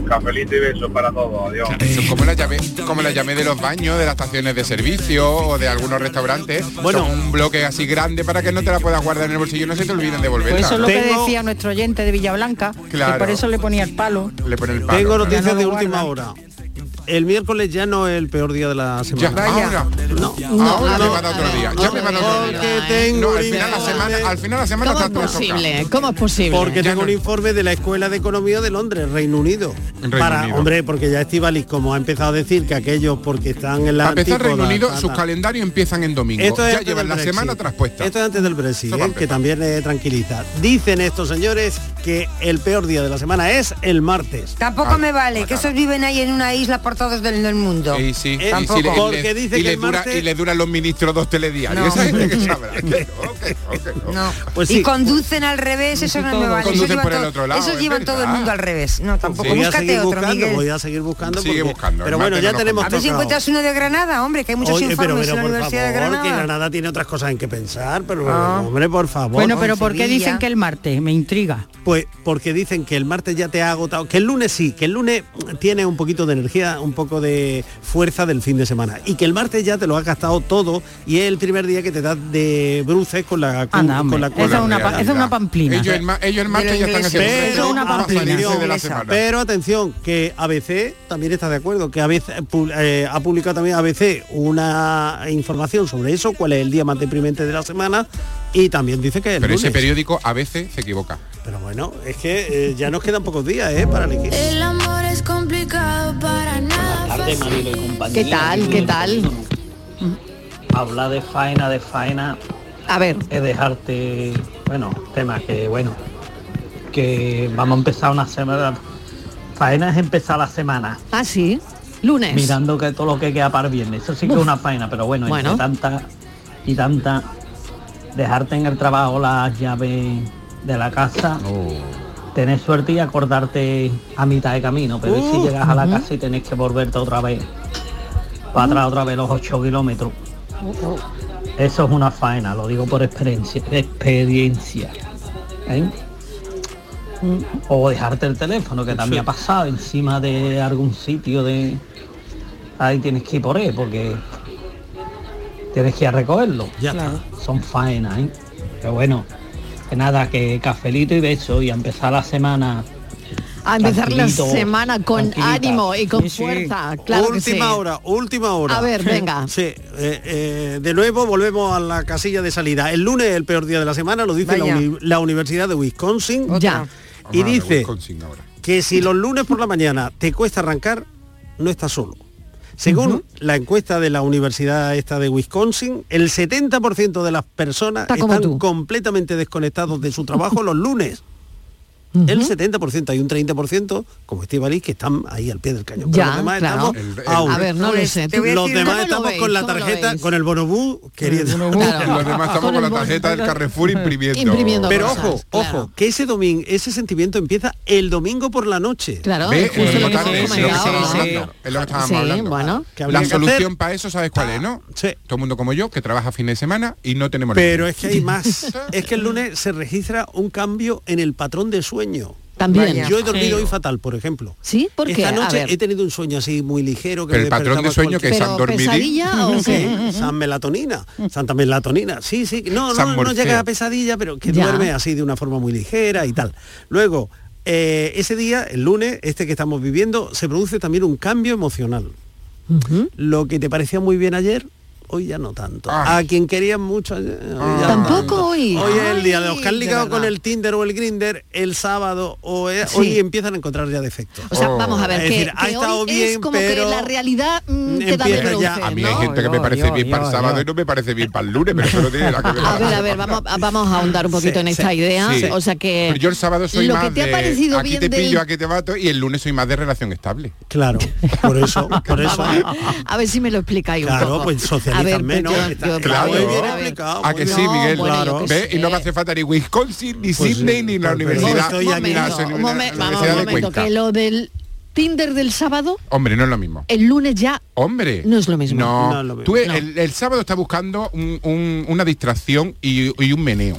Speaker 2: cafelito y besos para todos. Adiós.
Speaker 15: Como la, llamé, como la llamé de los baños, de las estaciones de servicio o de algunos restaurantes. Bueno, un bloque así grande para que no te la puedas guardar en el bolsillo y no se te olviden de volverla.
Speaker 7: Pues eso es lo que decía nuestro oyente de Villablanca,
Speaker 15: Claro.
Speaker 7: que por eso le ponía el palo.
Speaker 15: Le pone el palo.
Speaker 5: Tengo
Speaker 15: claro.
Speaker 5: noticias de última hora. El miércoles ya no es el peor día de la semana.
Speaker 15: Vaya.
Speaker 5: No.
Speaker 15: Ahora me va a dar otro día. Ya me va a dar otro día. No, al final la semana, al final la semana
Speaker 14: ¿Cómo
Speaker 15: está
Speaker 14: es
Speaker 15: todo tocado.
Speaker 14: posible? ¿Cómo es posible?
Speaker 5: Porque tengo un informe de la Escuela de Economía de Londres, Reino Unido. para,
Speaker 15: Unido.
Speaker 5: hombre, porque ya Estivalis, como ha empezado a decir que aquellos porque están en la
Speaker 15: Para empezar Reino
Speaker 5: antípoda,
Speaker 15: Unido,
Speaker 5: ta,
Speaker 15: sus
Speaker 5: ta.
Speaker 15: calendarios empiezan en domingo.
Speaker 5: Esto es
Speaker 15: ya
Speaker 5: antes
Speaker 15: llevan
Speaker 5: del
Speaker 15: la
Speaker 5: Brexit.
Speaker 15: semana traspuesta.
Speaker 5: Esto es antes del Brexit,
Speaker 15: Esto va
Speaker 5: ¿eh?
Speaker 15: a empezar.
Speaker 5: que también es tranquilidad. Dicen estos señores que el peor día de la semana es el martes.
Speaker 16: Tampoco me vale que esos viven ahí en una isla por todos del, del mundo.
Speaker 15: Y sí, y
Speaker 16: Tampoco.
Speaker 15: si le- y le-
Speaker 5: Porque Eh, dice
Speaker 15: y
Speaker 5: que
Speaker 15: le
Speaker 5: el
Speaker 15: dura-
Speaker 5: martes-
Speaker 15: y le duran los ministros dos telediarios. [laughs] Esa gente que
Speaker 5: [laughs]
Speaker 15: sabrá.
Speaker 16: No.
Speaker 5: Pues
Speaker 16: Y
Speaker 5: sí. Pues
Speaker 16: conducen al revés, eso no me vale. Eso
Speaker 5: Conducen
Speaker 16: lleva
Speaker 5: por el
Speaker 16: todo-
Speaker 5: otro lado,
Speaker 16: esos
Speaker 5: es
Speaker 16: llevan todo el
Speaker 5: verdad.
Speaker 16: mundo al revés. No, tampoco.
Speaker 5: Pues voy a
Speaker 16: Pues Búscate
Speaker 5: seguir
Speaker 16: otro,
Speaker 5: buscando,
Speaker 16: Miguel.
Speaker 5: voy a seguir buscando.
Speaker 15: Sigue buscando,
Speaker 5: Pero
Speaker 15: el
Speaker 5: bueno,
Speaker 15: martes
Speaker 5: ya
Speaker 15: no lo
Speaker 5: tenemos
Speaker 16: A ver si
Speaker 5: tocado.
Speaker 16: encuentras uno de Granada, hombre, que hay muchos
Speaker 5: Oye, pero,
Speaker 16: informes
Speaker 5: pero
Speaker 16: en la
Speaker 5: por favor,
Speaker 16: Universidad de
Speaker 5: que
Speaker 16: Granada.
Speaker 5: Granada tiene otras cosas en que pensar, pero
Speaker 16: Ah.
Speaker 5: hombre, por favor.
Speaker 7: Bueno, pero ¿por qué dicen que el martes? Me intriga.
Speaker 5: Pues porque dicen que el martes ya te ha agotado, que el lunes sí, que el lunes tiene un poquito de energía, un poco de fuerza del fin de semana y que el martes ya te lo has gastado todo y es el primer día que te das de bruces con la cu-
Speaker 7: Anda,
Speaker 5: con
Speaker 7: hombre,
Speaker 5: la
Speaker 7: esa es una pa- esa es una pamplina.
Speaker 15: Ellos el ma- ellos el martes De la ya están inglesa. haciendo Esa
Speaker 5: pero,
Speaker 15: es una
Speaker 5: atención,
Speaker 15: pamplina. de la semana.
Speaker 5: pero atención, que ABC también está de acuerdo, que ABC pu- eh, ha publicado también ABC una información sobre eso, cuál es el día más deprimente de la semana y también dice que el
Speaker 15: Pero ese
Speaker 5: lunes.
Speaker 15: periódico a veces se equivoca.
Speaker 5: Pero bueno, es que eh, ya nos quedan pocos días, ¿eh? Para elegir.
Speaker 4: El amor es complicado para nada.
Speaker 14: ¿Qué tal? ¿Qué tal?
Speaker 22: Hablar de faena, de faena.
Speaker 14: A ver.
Speaker 22: Es dejarte, bueno, temas que, bueno, que vamos a empezar una semana. Faena es empezar la semana.
Speaker 14: Ah, sí. Lunes.
Speaker 22: Mirando que todo lo que queda para el viernes. Eso sí que
Speaker 14: Uf.
Speaker 22: es una faena, pero bueno,
Speaker 14: Bueno.
Speaker 22: entre tanta y tanta. Dejarte en el trabajo las llaves de la casa.
Speaker 28: Oh.
Speaker 22: Tener suerte y acordarte a mitad de camino, pero ¿y si
Speaker 24: Uh,
Speaker 22: llegas a la
Speaker 24: ujú.
Speaker 22: casa y tenés que volverte otra vez para atrás otra vez los 8 kilómetros. Eso es una faena, lo digo por experiencia. experiencia. ¿eh? O dejarte el teléfono, que también ha pasado encima de algún sitio de. Ahí tienes que ir por él, porque tienes que ir a recogerlo.
Speaker 5: Ya
Speaker 22: Son faenas, ¿eh? Pero bueno, que nada, que cafelito y beso y a empezar la semana.
Speaker 14: A empezar la
Speaker 22: tranquilito,
Speaker 14: semana con
Speaker 22: tranquilita.
Speaker 14: ánimo y con fuerza. Claro que sí.
Speaker 5: última hora, última hora.
Speaker 14: A ver, venga.
Speaker 5: [laughs] Sí, eh, eh, de nuevo volvemos a la casilla de salida. El lunes es el peor día de la semana, lo dice la,
Speaker 15: Vaya.
Speaker 5: uni- la Universidad de Wisconsin.
Speaker 14: Ya.
Speaker 5: Y
Speaker 15: Madre,
Speaker 5: dice
Speaker 15: Wisconsin ahora.
Speaker 5: que si los lunes por la mañana te cuesta arrancar, no estás solo. Según la encuesta de la Universidad esta de Wisconsin, el 70% de las personas están completamente desconectados de su trabajo los lunes. El 70% hay un 30% como Estivaliz que están ahí al pie del cañón. Pero
Speaker 14: Ya,
Speaker 5: los demás
Speaker 14: claro.
Speaker 5: estamos
Speaker 14: El- el-
Speaker 5: out.
Speaker 14: A ver, no lo Pues, sé. te voy a
Speaker 5: Los
Speaker 14: decir
Speaker 5: demás
Speaker 14: una- ¿Cómo lo
Speaker 5: estamos
Speaker 14: veis?
Speaker 5: con la
Speaker 14: ¿Cómo lo
Speaker 5: tarjeta,
Speaker 14: veis?
Speaker 5: con el bonobú, querido.
Speaker 15: Claro. Los demás estamos con la tarjeta del Carrefour imprimiendo. Imprimiendo
Speaker 5: Pero
Speaker 15: cosas,
Speaker 5: ojo,
Speaker 15: claro.
Speaker 5: ojo, que ese domingo, ese sentimiento empieza el domingo por la noche.
Speaker 14: Claro,
Speaker 15: ¿Ve? eh, Es lo que estábamos hablando. Es lo que estábamos
Speaker 5: Sí,
Speaker 15: hablando.
Speaker 5: bueno. Que habría
Speaker 15: La
Speaker 5: que
Speaker 15: solución
Speaker 5: hacer.
Speaker 15: para eso, ¿sabes cuál es, no?
Speaker 5: Sí.
Speaker 15: Todo el mundo como yo, que trabaja fin de semana y no tenemos... [laughs]
Speaker 5: Pero
Speaker 15: lunes.
Speaker 5: es que hay más. es que el lunes se registra un cambio en el patrón de sueño.
Speaker 14: También. Vaya.
Speaker 5: Yo he dormido
Speaker 14: Sí.
Speaker 5: hoy fatal, por ejemplo.
Speaker 14: ¿Sí? ¿Por qué?
Speaker 5: Esta
Speaker 14: A
Speaker 5: noche
Speaker 14: ver.
Speaker 5: he tenido un sueño así muy ligero. Que
Speaker 15: Pero
Speaker 5: me
Speaker 15: el patrón de
Speaker 5: despertaba
Speaker 15: sueño que es
Speaker 5: cualquier-
Speaker 15: San ¿Pero dormidí. pesadilla o qué?
Speaker 5: Sí, San melatonina. [laughs] Santa melatonina. Sí, sí. No,
Speaker 15: San
Speaker 5: no, no
Speaker 15: Morfeo.
Speaker 5: llega a pesadilla, pero que
Speaker 15: Ya.
Speaker 5: duerme así de una forma muy ligera y tal. Luego, eh, ese día, el lunes, este que estamos viviendo, se produce también un cambio emocional. Lo que te parecía muy bien ayer, hoy ya no tanto. A quien querías mucho ayer, hoy ya
Speaker 14: Ah.
Speaker 5: no
Speaker 14: Tampoco hoy.
Speaker 5: Hoy es el día de los que han
Speaker 14: Ay, de
Speaker 5: ligado con
Speaker 14: verdad.
Speaker 5: el Tinder o el Grinder el sábado o eh,
Speaker 14: Sí.
Speaker 5: hoy empiezan a encontrar ya defectos.
Speaker 14: O sea, vamos a ver,
Speaker 5: Oh, Es
Speaker 14: que, que
Speaker 5: decir, ha estado
Speaker 14: hoy es
Speaker 5: bien,
Speaker 14: como
Speaker 5: pero
Speaker 14: que la realidad mm, te da de
Speaker 15: Empieza
Speaker 14: bruces,
Speaker 15: ya. A mí hay
Speaker 14: ¿no?
Speaker 15: gente que me parece bien para el sábado y no me parece bien para el lunes, pero eso no tiene
Speaker 14: [laughs]
Speaker 15: nada que ver.
Speaker 14: A ver, a ver, vamos, a- vamos a ahondar un poquito en esta idea.
Speaker 15: Sí.
Speaker 14: O sea que.
Speaker 15: Pero yo el sábado soy
Speaker 14: lo
Speaker 15: más
Speaker 14: que te ha
Speaker 15: de,
Speaker 14: parecido
Speaker 15: aquí
Speaker 14: bien
Speaker 15: te
Speaker 14: del-
Speaker 15: pillo, aquí te mato y el lunes soy más de relación estable.
Speaker 5: Claro, por
Speaker 15: [laughs]
Speaker 5: eso, por eso.
Speaker 14: A ver si me lo explicáis un
Speaker 15: Claro,
Speaker 14: poco.
Speaker 15: pues socializan
Speaker 14: A ver,
Speaker 5: menos,
Speaker 14: yo-
Speaker 5: está-
Speaker 14: yo-
Speaker 15: Claro,
Speaker 14: a ver, a ver.
Speaker 5: explicado.
Speaker 15: A que sí,
Speaker 14: No,
Speaker 15: Miguel.
Speaker 14: bueno, pues yo qué
Speaker 15: ¿Ve? Y no me hace falta ni Wisconsin, ni
Speaker 5: Pues
Speaker 15: Sydney, ni la universidad.
Speaker 5: estoy aquí.
Speaker 15: ni la
Speaker 14: Un
Speaker 15: universidad
Speaker 14: momen- vamos, un
Speaker 15: de
Speaker 14: momento,
Speaker 15: Cuenca.
Speaker 14: que lo del Tinder del sábado,
Speaker 15: Hombre, no es lo mismo.
Speaker 14: el lunes ya.
Speaker 15: Hombre.
Speaker 14: No es lo mismo.
Speaker 15: No.
Speaker 14: No es lo mismo.
Speaker 15: Tú
Speaker 14: No.
Speaker 15: El, el sábado estás buscando un- un- una distracción y, y un meneo.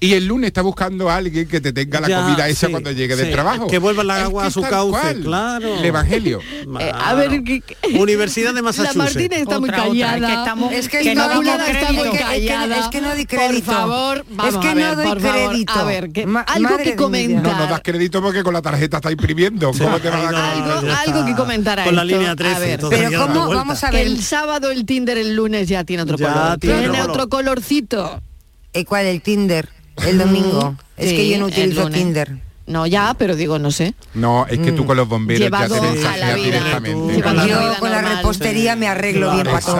Speaker 15: Y el lunes estás buscando a alguien que te tenga la
Speaker 5: Ya,
Speaker 15: comida esa
Speaker 5: sí,
Speaker 15: cuando llegue del
Speaker 5: sí.
Speaker 15: trabajo.
Speaker 5: Que vuelva la
Speaker 15: Es
Speaker 5: agua
Speaker 15: que
Speaker 5: a su
Speaker 15: tal
Speaker 5: cauce,
Speaker 15: cual.
Speaker 5: claro.
Speaker 15: El
Speaker 5: [laughs]
Speaker 15: evangelio.
Speaker 14: Eh, A ver, que-
Speaker 5: Universidad de Massachusetts.
Speaker 14: La Martínez está muy
Speaker 5: Otra, otra,
Speaker 14: callada.
Speaker 5: es que estamos-
Speaker 14: es que,
Speaker 5: que
Speaker 14: no
Speaker 5: no damos
Speaker 14: está muy
Speaker 16: crédito. Es que- es que no-
Speaker 14: callada.
Speaker 16: es que no doy crédito.
Speaker 14: Por favor, vamos
Speaker 16: Es que
Speaker 14: a
Speaker 16: no
Speaker 14: ver,
Speaker 16: doy
Speaker 14: por favor.
Speaker 16: crédito.
Speaker 14: A ver, que-
Speaker 16: Ma-
Speaker 14: algo
Speaker 16: madre
Speaker 14: que
Speaker 16: de mi vida.
Speaker 14: comentar.
Speaker 15: No nos das crédito porque con la tarjeta está imprimiendo. ¿Cómo te vas a dar
Speaker 14: algo,
Speaker 15: crédito?
Speaker 14: algo que comentar a
Speaker 15: Con la
Speaker 14: esto.
Speaker 15: línea 13,
Speaker 14: A ver.
Speaker 15: entonces Pero ya da la ¿cómo? vuelta. Vamos a
Speaker 14: Que
Speaker 16: ver.
Speaker 14: El sábado, el Tinder, el lunes ya tiene otro
Speaker 16: Ya
Speaker 14: color.
Speaker 16: tiene
Speaker 14: Tiene,
Speaker 16: otro color.
Speaker 14: otro colorcito. Mm,
Speaker 16: ¿Y Eh, cuál? El Tinder. El domingo. es
Speaker 14: Sí,
Speaker 16: que yo no
Speaker 14: el
Speaker 16: utilizo
Speaker 14: lunes.
Speaker 16: Tinder.
Speaker 14: No, ya, pero digo, no sé.
Speaker 15: No, es que tú con los bomberos
Speaker 14: Llevado
Speaker 15: ya te
Speaker 14: a la
Speaker 15: mensajeas
Speaker 14: vida.
Speaker 15: directamente.
Speaker 16: Yo con la repostería me arreglo bien, pato.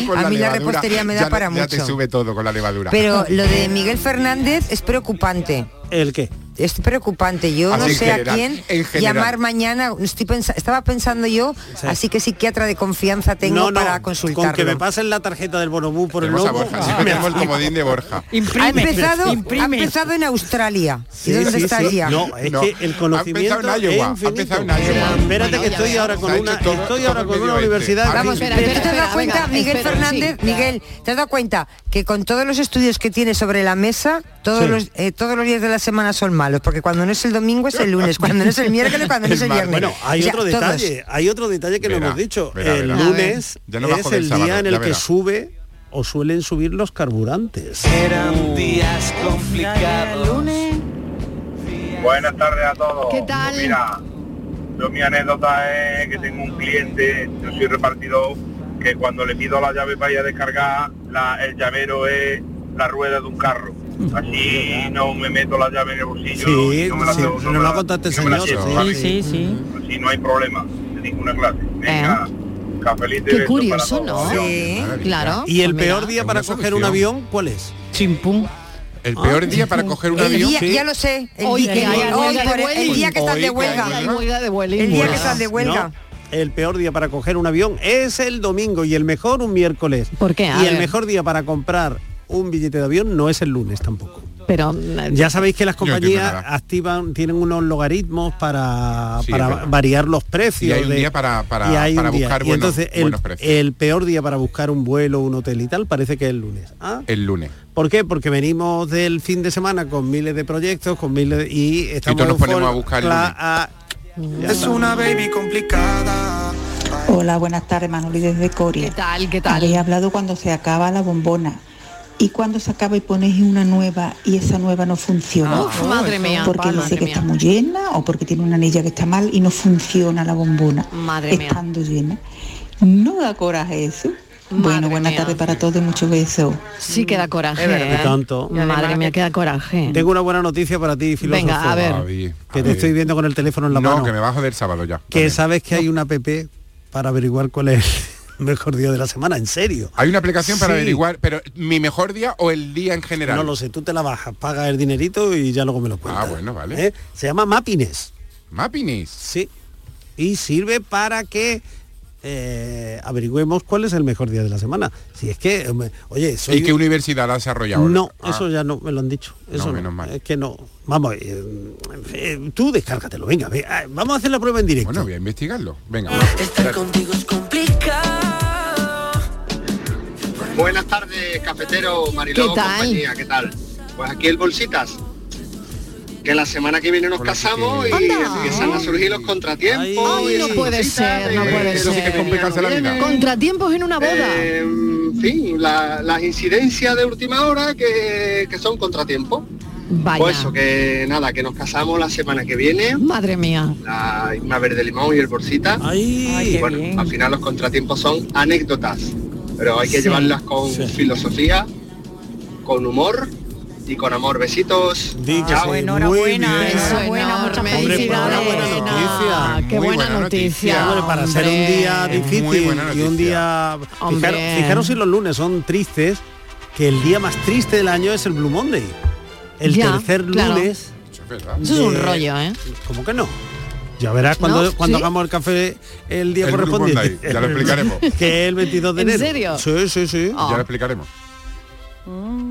Speaker 15: Tú con
Speaker 16: A mí la
Speaker 15: levadura
Speaker 16: repostería me
Speaker 15: ya
Speaker 16: da
Speaker 15: no-
Speaker 16: para
Speaker 15: Ya te
Speaker 16: mucho.
Speaker 15: sube todo con la levadura.
Speaker 16: Pero lo de Miguel Fernández es preocupante.
Speaker 5: ¿El qué?
Speaker 16: Es preocupante. Yo
Speaker 15: Así
Speaker 16: no
Speaker 15: en
Speaker 16: sé
Speaker 15: general,
Speaker 16: a quién
Speaker 15: en general.
Speaker 16: llamar mañana. Estoy pensa- estaba pensando yo, así que psiquiatra de confianza tengo
Speaker 5: No, no,
Speaker 16: para
Speaker 5: Con que me
Speaker 16: consultarlo.
Speaker 5: pasen la tarjeta del bonobús por el
Speaker 15: Tenemos a
Speaker 5: lobo.
Speaker 15: Borja, siempre
Speaker 5: me
Speaker 15: tenemos el
Speaker 5: [laughs] flipo.
Speaker 15: comodín de Borja.
Speaker 16: Ha empezado, ha empezado en Australia.
Speaker 5: Sí,
Speaker 16: ¿Y dónde
Speaker 5: sí, sí.
Speaker 16: estaría?
Speaker 5: No, es
Speaker 15: No.
Speaker 5: que el
Speaker 15: Ha
Speaker 5: conocimiento
Speaker 15: empezado en Iowa, ha
Speaker 5: es infinito.
Speaker 15: empezado en Iowa.
Speaker 5: Espérate que estoy ahora con una, estoy ahora con
Speaker 15: este.
Speaker 5: una universidad.
Speaker 16: Vamos,
Speaker 5: en fin.
Speaker 16: pero tú te has dado
Speaker 14: espera,
Speaker 16: cuenta,
Speaker 14: venga,
Speaker 16: Miguel
Speaker 14: espera,
Speaker 16: Fernández,
Speaker 14: sí,
Speaker 16: Miguel, ¿te has dado cuenta que con todos los estudios que tiene sobre la mesa, todos
Speaker 5: Sí.
Speaker 16: los eh, todos los días de la semana son malos? Porque cuando no es el domingo es el lunes, cuando no es el miércoles, cuando no es el viernes.
Speaker 5: Bueno, hay
Speaker 16: O sea,
Speaker 5: otro
Speaker 16: todos.
Speaker 5: detalle, hay otro detalle que no
Speaker 15: Verá,
Speaker 5: hemos dicho.
Speaker 15: verá,
Speaker 5: el
Speaker 15: verá.
Speaker 5: lunes
Speaker 15: Ya no bajo
Speaker 5: es
Speaker 15: del
Speaker 5: el
Speaker 15: sábado,
Speaker 5: día en
Speaker 15: ya
Speaker 5: el que
Speaker 15: verá.
Speaker 5: sube o suelen subir los carburantes.
Speaker 2: Eran días complicados. Buenas tardes a todos.
Speaker 14: ¿Qué tal?
Speaker 2: Pues mira, yo mi anécdota es que tengo un cliente, yo soy repartidor, que cuando le pido la llave para ir a descargar, la- el llavero es la rueda de un carro. Así no me meto la llave en el bolsillo.
Speaker 5: Sí,
Speaker 2: no me la
Speaker 5: sí,
Speaker 2: llevo, no me
Speaker 5: nos lo
Speaker 2: la-
Speaker 5: ha contado este
Speaker 2: no me la
Speaker 5: señor.
Speaker 2: llevo, ¿vale?
Speaker 5: Sí, sí, sí.
Speaker 2: Así no hay problema de ninguna clase. Venga, cafelito y
Speaker 14: Eh. Qué
Speaker 2: besos para
Speaker 14: curioso,
Speaker 2: todos.
Speaker 14: ¿no?
Speaker 2: Adiós.
Speaker 14: Sí, claro.
Speaker 5: ¿Y el
Speaker 14: Pues mira.
Speaker 5: peor día para coger un avión cuál es?
Speaker 14: Chimpum.
Speaker 15: El peor día para coger un
Speaker 16: El
Speaker 15: avión.
Speaker 16: día,
Speaker 5: Sí.
Speaker 16: ya lo sé, Eh, el,
Speaker 14: Hoy
Speaker 16: día,
Speaker 14: que
Speaker 16: el-
Speaker 14: hay
Speaker 16: hoy
Speaker 14: huelga de
Speaker 16: por el- el
Speaker 14: Vueling.
Speaker 16: día que estás de
Speaker 5: Hoy que hay
Speaker 16: huelga.
Speaker 5: huelga.
Speaker 14: Hay huelga de Vueling.
Speaker 16: El día que
Speaker 5: Pues,
Speaker 16: estás de huelga.
Speaker 5: no, el peor día para coger un avión es el domingo y el mejor un miércoles. ¿Por
Speaker 14: qué? A
Speaker 5: Y el
Speaker 14: ver.
Speaker 5: mejor día para comprar un billete de avión no es el lunes tampoco.
Speaker 14: Pero
Speaker 5: Ya sabéis que las
Speaker 15: Yo entiendo
Speaker 5: compañías
Speaker 15: nada.
Speaker 5: activan, tienen unos logaritmos para,
Speaker 15: Sí,
Speaker 5: para
Speaker 15: es verdad.
Speaker 5: variar los precios.
Speaker 15: Y hay un
Speaker 5: de-
Speaker 15: día para- para-
Speaker 5: y hay
Speaker 15: para
Speaker 5: un día.
Speaker 15: buscar
Speaker 5: Y
Speaker 15: buenos-
Speaker 5: entonces el,
Speaker 15: buenos precios.
Speaker 5: el peor día para buscar un vuelo, un hotel y tal parece que es el lunes.
Speaker 15: El lunes.
Speaker 5: ¿Por qué? Porque venimos del fin de semana con miles de proyectos, con miles de- y estamos
Speaker 15: todos nos ponemos a
Speaker 5: eufor-
Speaker 15: buscar el
Speaker 5: la-
Speaker 15: lunes.
Speaker 5: a- ya está.
Speaker 35: baby complicada. Hola, buenas tardes, Manoli desde Coria. ¿Qué
Speaker 14: tal? ¿Qué tal?
Speaker 35: Habéis hablado cuando se acaba la bombona. Y cuando se acaba y ponéis una nueva y esa nueva no funciona.
Speaker 14: Uf, madre mía,
Speaker 35: Porque
Speaker 14: madre
Speaker 35: dice que
Speaker 14: mía.
Speaker 35: está muy llena o porque tiene una anilla que está mal y no funciona la bombona.
Speaker 14: Madre mía.
Speaker 35: Estando llena. No da coraje eso. bueno, buena tarde para todos y muchos besos.
Speaker 14: Sí que da
Speaker 5: Es verdad.
Speaker 14: coraje. ¿eh?
Speaker 5: Y tanto. Y además
Speaker 14: Madre mía, que da coraje.
Speaker 5: Tengo una buena noticia para ti, filósofo.
Speaker 14: Venga, a ver.
Speaker 15: Ay,
Speaker 5: Que te estoy viendo con el teléfono en la
Speaker 15: No,
Speaker 5: mano.
Speaker 15: que me bajo del sábado ya.
Speaker 5: Que sabes que hay una app para averiguar cuál es el [laughs] mejor día de la semana, en serio.
Speaker 15: Hay una aplicación para
Speaker 5: Sí.
Speaker 15: averiguar, pero mi mejor día o el día en general.
Speaker 5: No lo sé, tú te la bajas, pagas el dinerito y ya luego me lo cuentas. Ah, bueno, vale. Se llama Mapines.
Speaker 15: Mapines.
Speaker 5: Sí. Y sirve para que eh, averigüemos cuál es el mejor día de la semana. Si es que, eh, oye, soy...
Speaker 15: ¿Y qué universidad la ha desarrollado? ahora?
Speaker 5: No,
Speaker 15: Ah,
Speaker 5: eso ya no me lo han dicho.
Speaker 15: No,
Speaker 5: Eso no,
Speaker 15: menos
Speaker 5: Es que no. Vamos, eh, eh, tú descárgatelo, venga, ve, ah, vamos a hacer la prueba en directo. Bueno,
Speaker 15: voy a investigarlo.
Speaker 14: Ah,
Speaker 15: Venga.
Speaker 36: Buenas tardes, cafetero, Mariló,
Speaker 14: ¿Qué tal?
Speaker 36: compañía, ¿qué tal? Pues aquí el Bolsitas. que la semana que viene nos casamos y empiezan a surgir los contratiempos.
Speaker 14: Ay,
Speaker 36: y
Speaker 14: no
Speaker 36: esas
Speaker 14: puede
Speaker 36: cositas
Speaker 14: ser, no
Speaker 36: de-
Speaker 14: puede
Speaker 36: de
Speaker 14: ser.
Speaker 36: que venía, no viene.
Speaker 14: Contratiempos en una boda.
Speaker 36: Eh, en fin, la- las incidencias de última hora que, que son contratiempos.
Speaker 14: Vaya.
Speaker 36: Pues eso, que nada, que nos casamos la semana que viene.
Speaker 14: Madre mía.
Speaker 36: La Isma Verde Limón y el Borsita.
Speaker 14: Ay, qué
Speaker 36: bueno, al final los contratiempos son anécdotas, pero hay que
Speaker 19: Sí,
Speaker 36: llevarlas con filosofía, con humor y con amor. Besitos. Chao.
Speaker 14: Enhorabuena, muchas
Speaker 19: Hombre,
Speaker 14: felicidades. Ah, Qué
Speaker 19: Muy
Speaker 14: buena, noticia.
Speaker 19: buena noticia.
Speaker 5: Hombre, para ser un día
Speaker 19: Hombre.
Speaker 5: difícil
Speaker 19: Muy buena
Speaker 5: y un día...
Speaker 14: Hombre.
Speaker 5: Fijaros, fijaros si los lunes son tristes, que el día más triste del año es el Blue Monday. El
Speaker 14: Ya,
Speaker 5: tercer
Speaker 14: claro.
Speaker 5: lunes...
Speaker 14: Eso es un
Speaker 5: de-
Speaker 14: rollo, ¿eh?
Speaker 5: ¿Cómo que no? Ya verás cuando,
Speaker 14: ¿No?
Speaker 5: cuando
Speaker 14: ¿Sí?
Speaker 5: hagamos el café el día
Speaker 15: El Blue
Speaker 5: correspondiente.
Speaker 15: Monday, ya lo explicaremos.
Speaker 5: [laughs] que es el 22 de
Speaker 14: ¿En
Speaker 5: enero.
Speaker 14: serio?
Speaker 5: Sí, sí, sí.
Speaker 14: Ah. Ya lo
Speaker 5: explicaremos.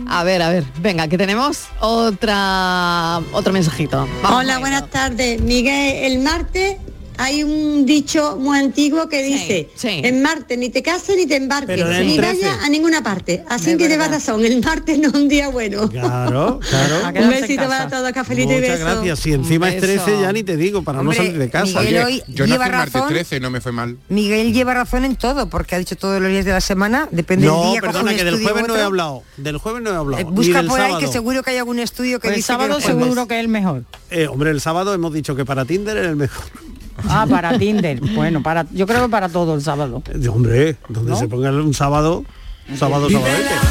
Speaker 14: A ver, a ver, venga, que tenemos otra otro mensajito. Vamos.
Speaker 7: Hola, buenas tardes. Miguel, el martes hay un dicho muy antiguo que dice, en Marte ni te cases ni te embarques,
Speaker 5: Pero del
Speaker 7: ni
Speaker 5: 13.
Speaker 7: vayas a ninguna parte. Así que llevas razón, el martes no es un día bueno. [laughs]
Speaker 5: Claro,
Speaker 14: [laughs]
Speaker 5: claro.
Speaker 7: Un besito para todos, cafelito y
Speaker 5: Muchas
Speaker 7: besos.
Speaker 5: gracias. Si encima es 13 ya ni te digo, para
Speaker 16: Hombre,
Speaker 5: no salir de casa.
Speaker 16: Miguel, Oye, hoy yo nací
Speaker 5: no
Speaker 16: lleva el martes razón. 13
Speaker 5: y no me fue mal.
Speaker 16: Miguel lleva razón en todo, porque ha dicho todos los días de la semana, depende del
Speaker 5: No,
Speaker 16: día. coge
Speaker 5: perdona,
Speaker 16: un
Speaker 5: que del
Speaker 16: estudio
Speaker 5: jueves
Speaker 16: u
Speaker 5: no he
Speaker 16: otro.
Speaker 5: hablado. Del jueves no he hablado.
Speaker 16: Eh,
Speaker 5: ni
Speaker 16: busca
Speaker 5: del
Speaker 16: por ahí que
Speaker 5: sábado.
Speaker 16: seguro que hay algún estudio que
Speaker 5: Pues el
Speaker 16: dice que
Speaker 5: sábado
Speaker 16: el jueves.
Speaker 5: seguro
Speaker 37: Creo que es el mejor.
Speaker 5: Eh, hombre, el sábado hemos dicho que para Tinder era el mejor.
Speaker 37: [laughs] Ah, para Tinder. Bueno, para yo creo que para todo el sábado.
Speaker 5: Eh, hombre, donde se ponga un sábado, un sábado, sábado.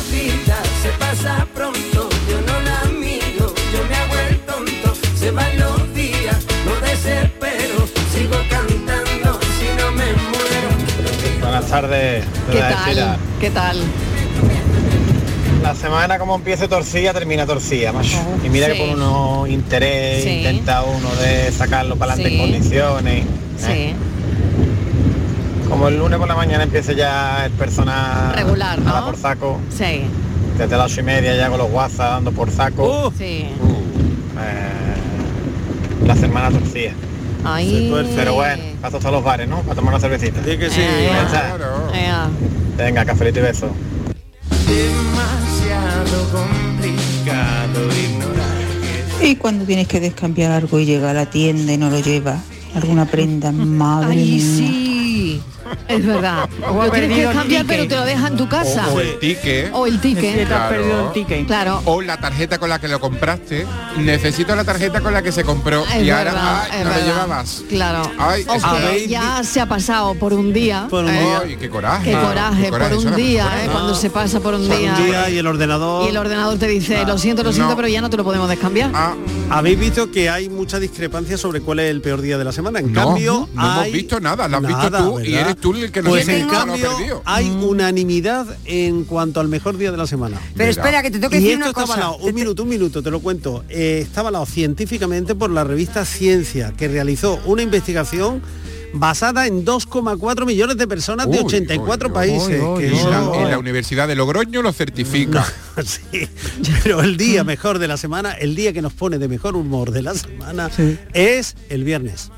Speaker 19: vida se pasa pronto, yo no la miro, yo me hago el tonto, se van los días, no desespero, sigo cantando, si no me muero.
Speaker 28: Buenas tardes.
Speaker 14: ¿Qué
Speaker 28: Lola de Sila.
Speaker 14: tal? ¿Qué tal?
Speaker 28: La semana como empiece torcida, termina torcida, macho. Y mira que
Speaker 14: Sí.
Speaker 28: por uno interés
Speaker 14: Sí.
Speaker 28: intenta uno de sacarlo para adelante
Speaker 14: Sí.
Speaker 28: en condiciones. ¿eh? Como el lunes por la mañana empiece ya el personal
Speaker 14: Regular, ¿no?
Speaker 28: a dar por saco.
Speaker 14: Sí.
Speaker 28: Desde las ocho y media ya con los WhatsApp dando por saco. Uh.
Speaker 14: Sí.
Speaker 28: Eh, la semana torcida.
Speaker 14: Ay.
Speaker 28: Pero bueno, para todos los bares, ¿no? Para tomar una cervecita.
Speaker 5: que
Speaker 28: sí.
Speaker 14: Ya está. Ea.
Speaker 28: Venga, cafelito y beso.
Speaker 19: Demasiado complicado ignorar.
Speaker 35: Y cuando tienes que descambiar algo y llega a la tienda y no lo lleva, alguna prenda, madre
Speaker 14: Ay,
Speaker 35: mía.
Speaker 14: sí. Es
Speaker 15: [laughs]
Speaker 14: verdad.
Speaker 35: O ha
Speaker 14: Lo tienes
Speaker 35: perdido
Speaker 14: que
Speaker 35: el
Speaker 14: cambiar,
Speaker 35: ticket.
Speaker 14: pero te lo deja en tu casa.
Speaker 15: O, o el ticket.
Speaker 14: Ah. O el ticket. Sí, te has perdido el
Speaker 15: ticket.
Speaker 14: Claro.
Speaker 15: O la tarjeta con la que lo compraste. Necesito la tarjeta con la que se compró.
Speaker 14: Es
Speaker 15: y
Speaker 14: verdad,
Speaker 15: ahora ay,
Speaker 14: es
Speaker 15: no la
Speaker 14: verdad.
Speaker 15: llevabas.
Speaker 14: Claro.
Speaker 15: Ay,
Speaker 14: O
Speaker 15: es
Speaker 14: que
Speaker 15: que-
Speaker 14: ya se ha pasado por un día. eh,
Speaker 15: Ay, qué coraje.
Speaker 14: Qué coraje,
Speaker 15: Qué coraje,
Speaker 14: por un
Speaker 15: Sara,
Speaker 14: día,
Speaker 15: qué
Speaker 14: eh,
Speaker 15: coraje.
Speaker 14: cuando se pasa por un
Speaker 5: Por
Speaker 14: día.
Speaker 5: un día y el ordenador.
Speaker 14: Y el ordenador te dice, lo siento, lo siento,
Speaker 5: No.
Speaker 14: pero ya no te lo podemos descambiar.
Speaker 15: Ah.
Speaker 5: Habéis visto que hay mucha discrepancia sobre cuál es el peor día de la semana. En
Speaker 15: No,
Speaker 5: cambio,
Speaker 15: no hemos
Speaker 5: hay-
Speaker 15: visto nada, lo has visto tú y eres tú el que lo
Speaker 5: Pues
Speaker 15: tiene,
Speaker 5: en
Speaker 15: que lo ha
Speaker 5: cambio,
Speaker 15: perdido.
Speaker 5: hay unanimidad en cuanto al mejor día de la semana. Pero Mira.
Speaker 16: espera, que te tengo que
Speaker 5: Y
Speaker 16: decir
Speaker 5: esto
Speaker 16: una
Speaker 5: está
Speaker 16: cosa.
Speaker 5: avalado, un minuto, un minuto, te lo cuento. Eh, está avalado científicamente por la revista Ciencia, que realizó una investigación basada en 2,4 millones de personas de
Speaker 15: Uy,
Speaker 5: 84 países. que
Speaker 15: y, la,
Speaker 5: eso-
Speaker 15: y la Universidad de Logroño lo certifica.
Speaker 5: [laughs] Sí, pero el día mejor de la semana, el día que nos pone de mejor humor de la semana, es el viernes.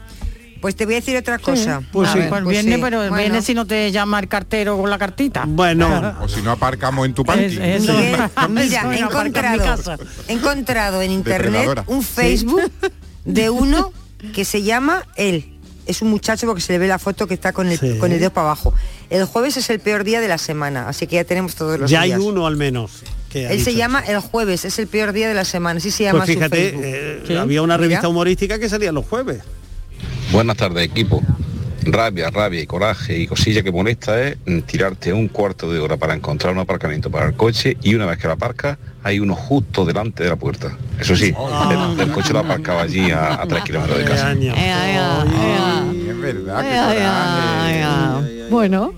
Speaker 16: Pues te voy a decir otra cosa.
Speaker 5: pues
Speaker 37: A
Speaker 5: sí.
Speaker 37: ver, pues
Speaker 16: Pues
Speaker 37: viene,
Speaker 16: sí.
Speaker 37: pero
Speaker 16: Bueno.
Speaker 37: viene si no te llama el cartero con la cartita.
Speaker 5: Bueno.
Speaker 15: O si no aparcamos en tu parking.
Speaker 16: Miguel,
Speaker 15: [laughs]
Speaker 16: mira,
Speaker 37: Eso,
Speaker 16: he
Speaker 37: no aparco en mi casa.
Speaker 16: encontrado, he encontrado en internet
Speaker 15: Depredadora.
Speaker 16: un
Speaker 15: Sí.
Speaker 5: [laughs]
Speaker 16: Facebook de uno que se llama él. Es un muchacho porque se le ve la foto que está con el,
Speaker 5: Sí.
Speaker 16: con el dedo para abajo. El jueves es el peor día de la semana, así que ya tenemos todos los
Speaker 5: Ya hay
Speaker 16: días.
Speaker 5: uno al menos. Que ha
Speaker 16: Él se
Speaker 5: dicho
Speaker 16: llama el jueves, es el peor día de la semana, así se llama
Speaker 5: Pues
Speaker 16: su
Speaker 5: fíjate,
Speaker 16: Facebook.
Speaker 5: eh,
Speaker 16: Sí.
Speaker 5: había una
Speaker 16: Mira.
Speaker 5: revista humorística que salía los jueves.
Speaker 1: Buenas tardes, equipo. Rabia, rabia y coraje y cosilla que molesta es mm, tirarte un cuarto de hora para encontrar un aparcamiento para el coche y una vez que lo aparcas hay uno justo delante de la puerta. Eso sí, el, el coche lo aparcaba allí a, a tres kilómetros de casa.
Speaker 14: Ea, ea, ea.
Speaker 15: Es verdad,
Speaker 14: Ea, ea, ea. Bueno.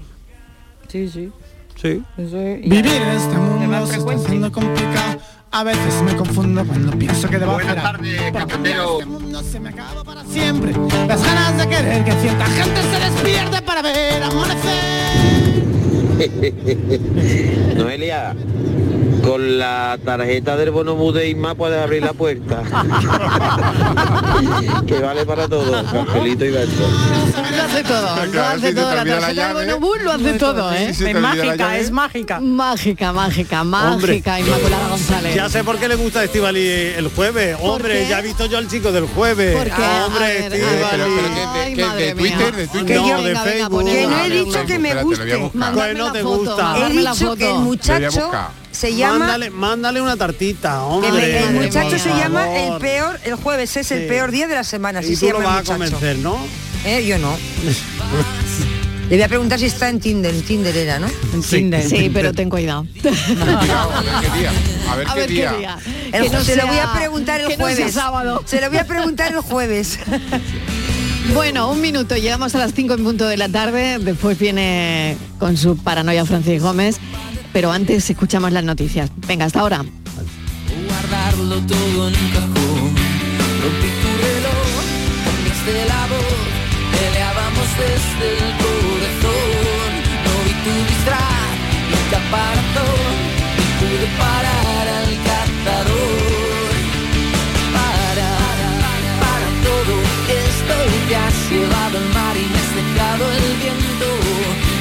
Speaker 37: Sí, sí.
Speaker 5: Sí.
Speaker 19: Vivir en este mundo se está haciendo complicado. A veces me confundo cuando pienso que debo
Speaker 28: Buenas
Speaker 19: esperar.
Speaker 28: tardes, cafetero.
Speaker 19: para este siempre. Las ganas de querer que cierta gente se despierte
Speaker 5: [laughs]
Speaker 19: para ver amanecer.
Speaker 1: Noelia, con la tarjeta del bono Mudeima puedes abrir la puerta.
Speaker 26: que vale para todo, cafelito y beso.
Speaker 14: Lo hace todo, lo
Speaker 26: Claro,
Speaker 14: hace
Speaker 26: si te
Speaker 14: todo. La
Speaker 26: olvida la
Speaker 14: tarjeta de
Speaker 26: llave.
Speaker 14: Bonobús lo hace todo, ¿eh?
Speaker 5: sí, sí, te Es olvida la mágica, llave. es
Speaker 14: mágica. Mágica, mágica,
Speaker 5: Hombre.
Speaker 14: mágica, Inmaculada González.
Speaker 5: Ya sé por qué le gusta a Estivali el jueves. Hombre,
Speaker 14: qué?
Speaker 5: ya he visto yo al chico del jueves. Ah,
Speaker 14: ¿Por qué? A
Speaker 5: Hombre,
Speaker 14: ver,
Speaker 5: Estivali.
Speaker 14: Ay, madre mía.
Speaker 5: Que
Speaker 14: No,
Speaker 5: yo-
Speaker 14: venga,
Speaker 5: de
Speaker 14: venga,
Speaker 5: Facebook.
Speaker 14: ponedlo.
Speaker 5: Que no he
Speaker 14: Ponedlo.
Speaker 5: dicho que me Espérate, lo voy a guste. buscar.
Speaker 14: Mándame
Speaker 5: Que no
Speaker 14: la
Speaker 5: te
Speaker 14: foto,
Speaker 5: gusta.
Speaker 14: mándame
Speaker 16: He
Speaker 14: la
Speaker 16: dicho
Speaker 14: foto.
Speaker 16: que el muchacho se llama-
Speaker 5: Mándale, mándale una tartita,
Speaker 16: El,
Speaker 5: hombre.
Speaker 16: el muchacho
Speaker 5: por
Speaker 16: se llama el
Speaker 5: favor.
Speaker 16: peor, el jueves es el
Speaker 5: Sí.
Speaker 16: peor día de la semana. así
Speaker 5: Y
Speaker 16: se
Speaker 5: tú lo
Speaker 16: llama el
Speaker 5: vas a
Speaker 16: muchacho.
Speaker 5: convencer, ¿no?
Speaker 16: Eh, yo
Speaker 5: [laughs]
Speaker 16: no. Le voy a preguntar si está en Tinder, en Tinder era, ¿no? En
Speaker 14: Sí. Tinder. Sí, pero ten cuidado.
Speaker 16: A
Speaker 14: ver A qué ver qué día. día.
Speaker 16: El
Speaker 14: Que
Speaker 16: ju-
Speaker 14: no
Speaker 16: se lo voy a
Speaker 14: sea-
Speaker 16: preguntar
Speaker 14: que
Speaker 16: el
Speaker 14: no sea
Speaker 16: jueves.
Speaker 14: sábado.
Speaker 16: Se lo voy a preguntar el jueves.
Speaker 14: [laughs] Bueno, un minuto, llegamos a las 5 en punto de la tarde, después viene con su paranoia Francis Gómez, pero antes escuchamos las noticias. Venga, hasta ahora.
Speaker 19: Guardarlo todo en un cajón. Rompí tu reloj, cambiaste la voz, peleábamos desde el corazón. No vi tu disfraz, ni caparazón, ni pude parar al cazador. Para, para todo esto te has llevado al mar y me has dejado el viento.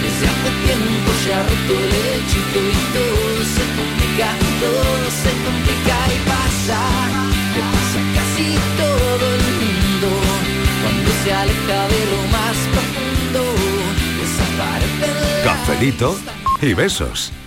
Speaker 19: Desde hace tiempo se ha roto el hechizo y todo se complica, todo se complica y pasa. Que pasa casi todo el mundo cuando se aleja de lo más profundo. Desaparecen
Speaker 1: Cafelito y besos.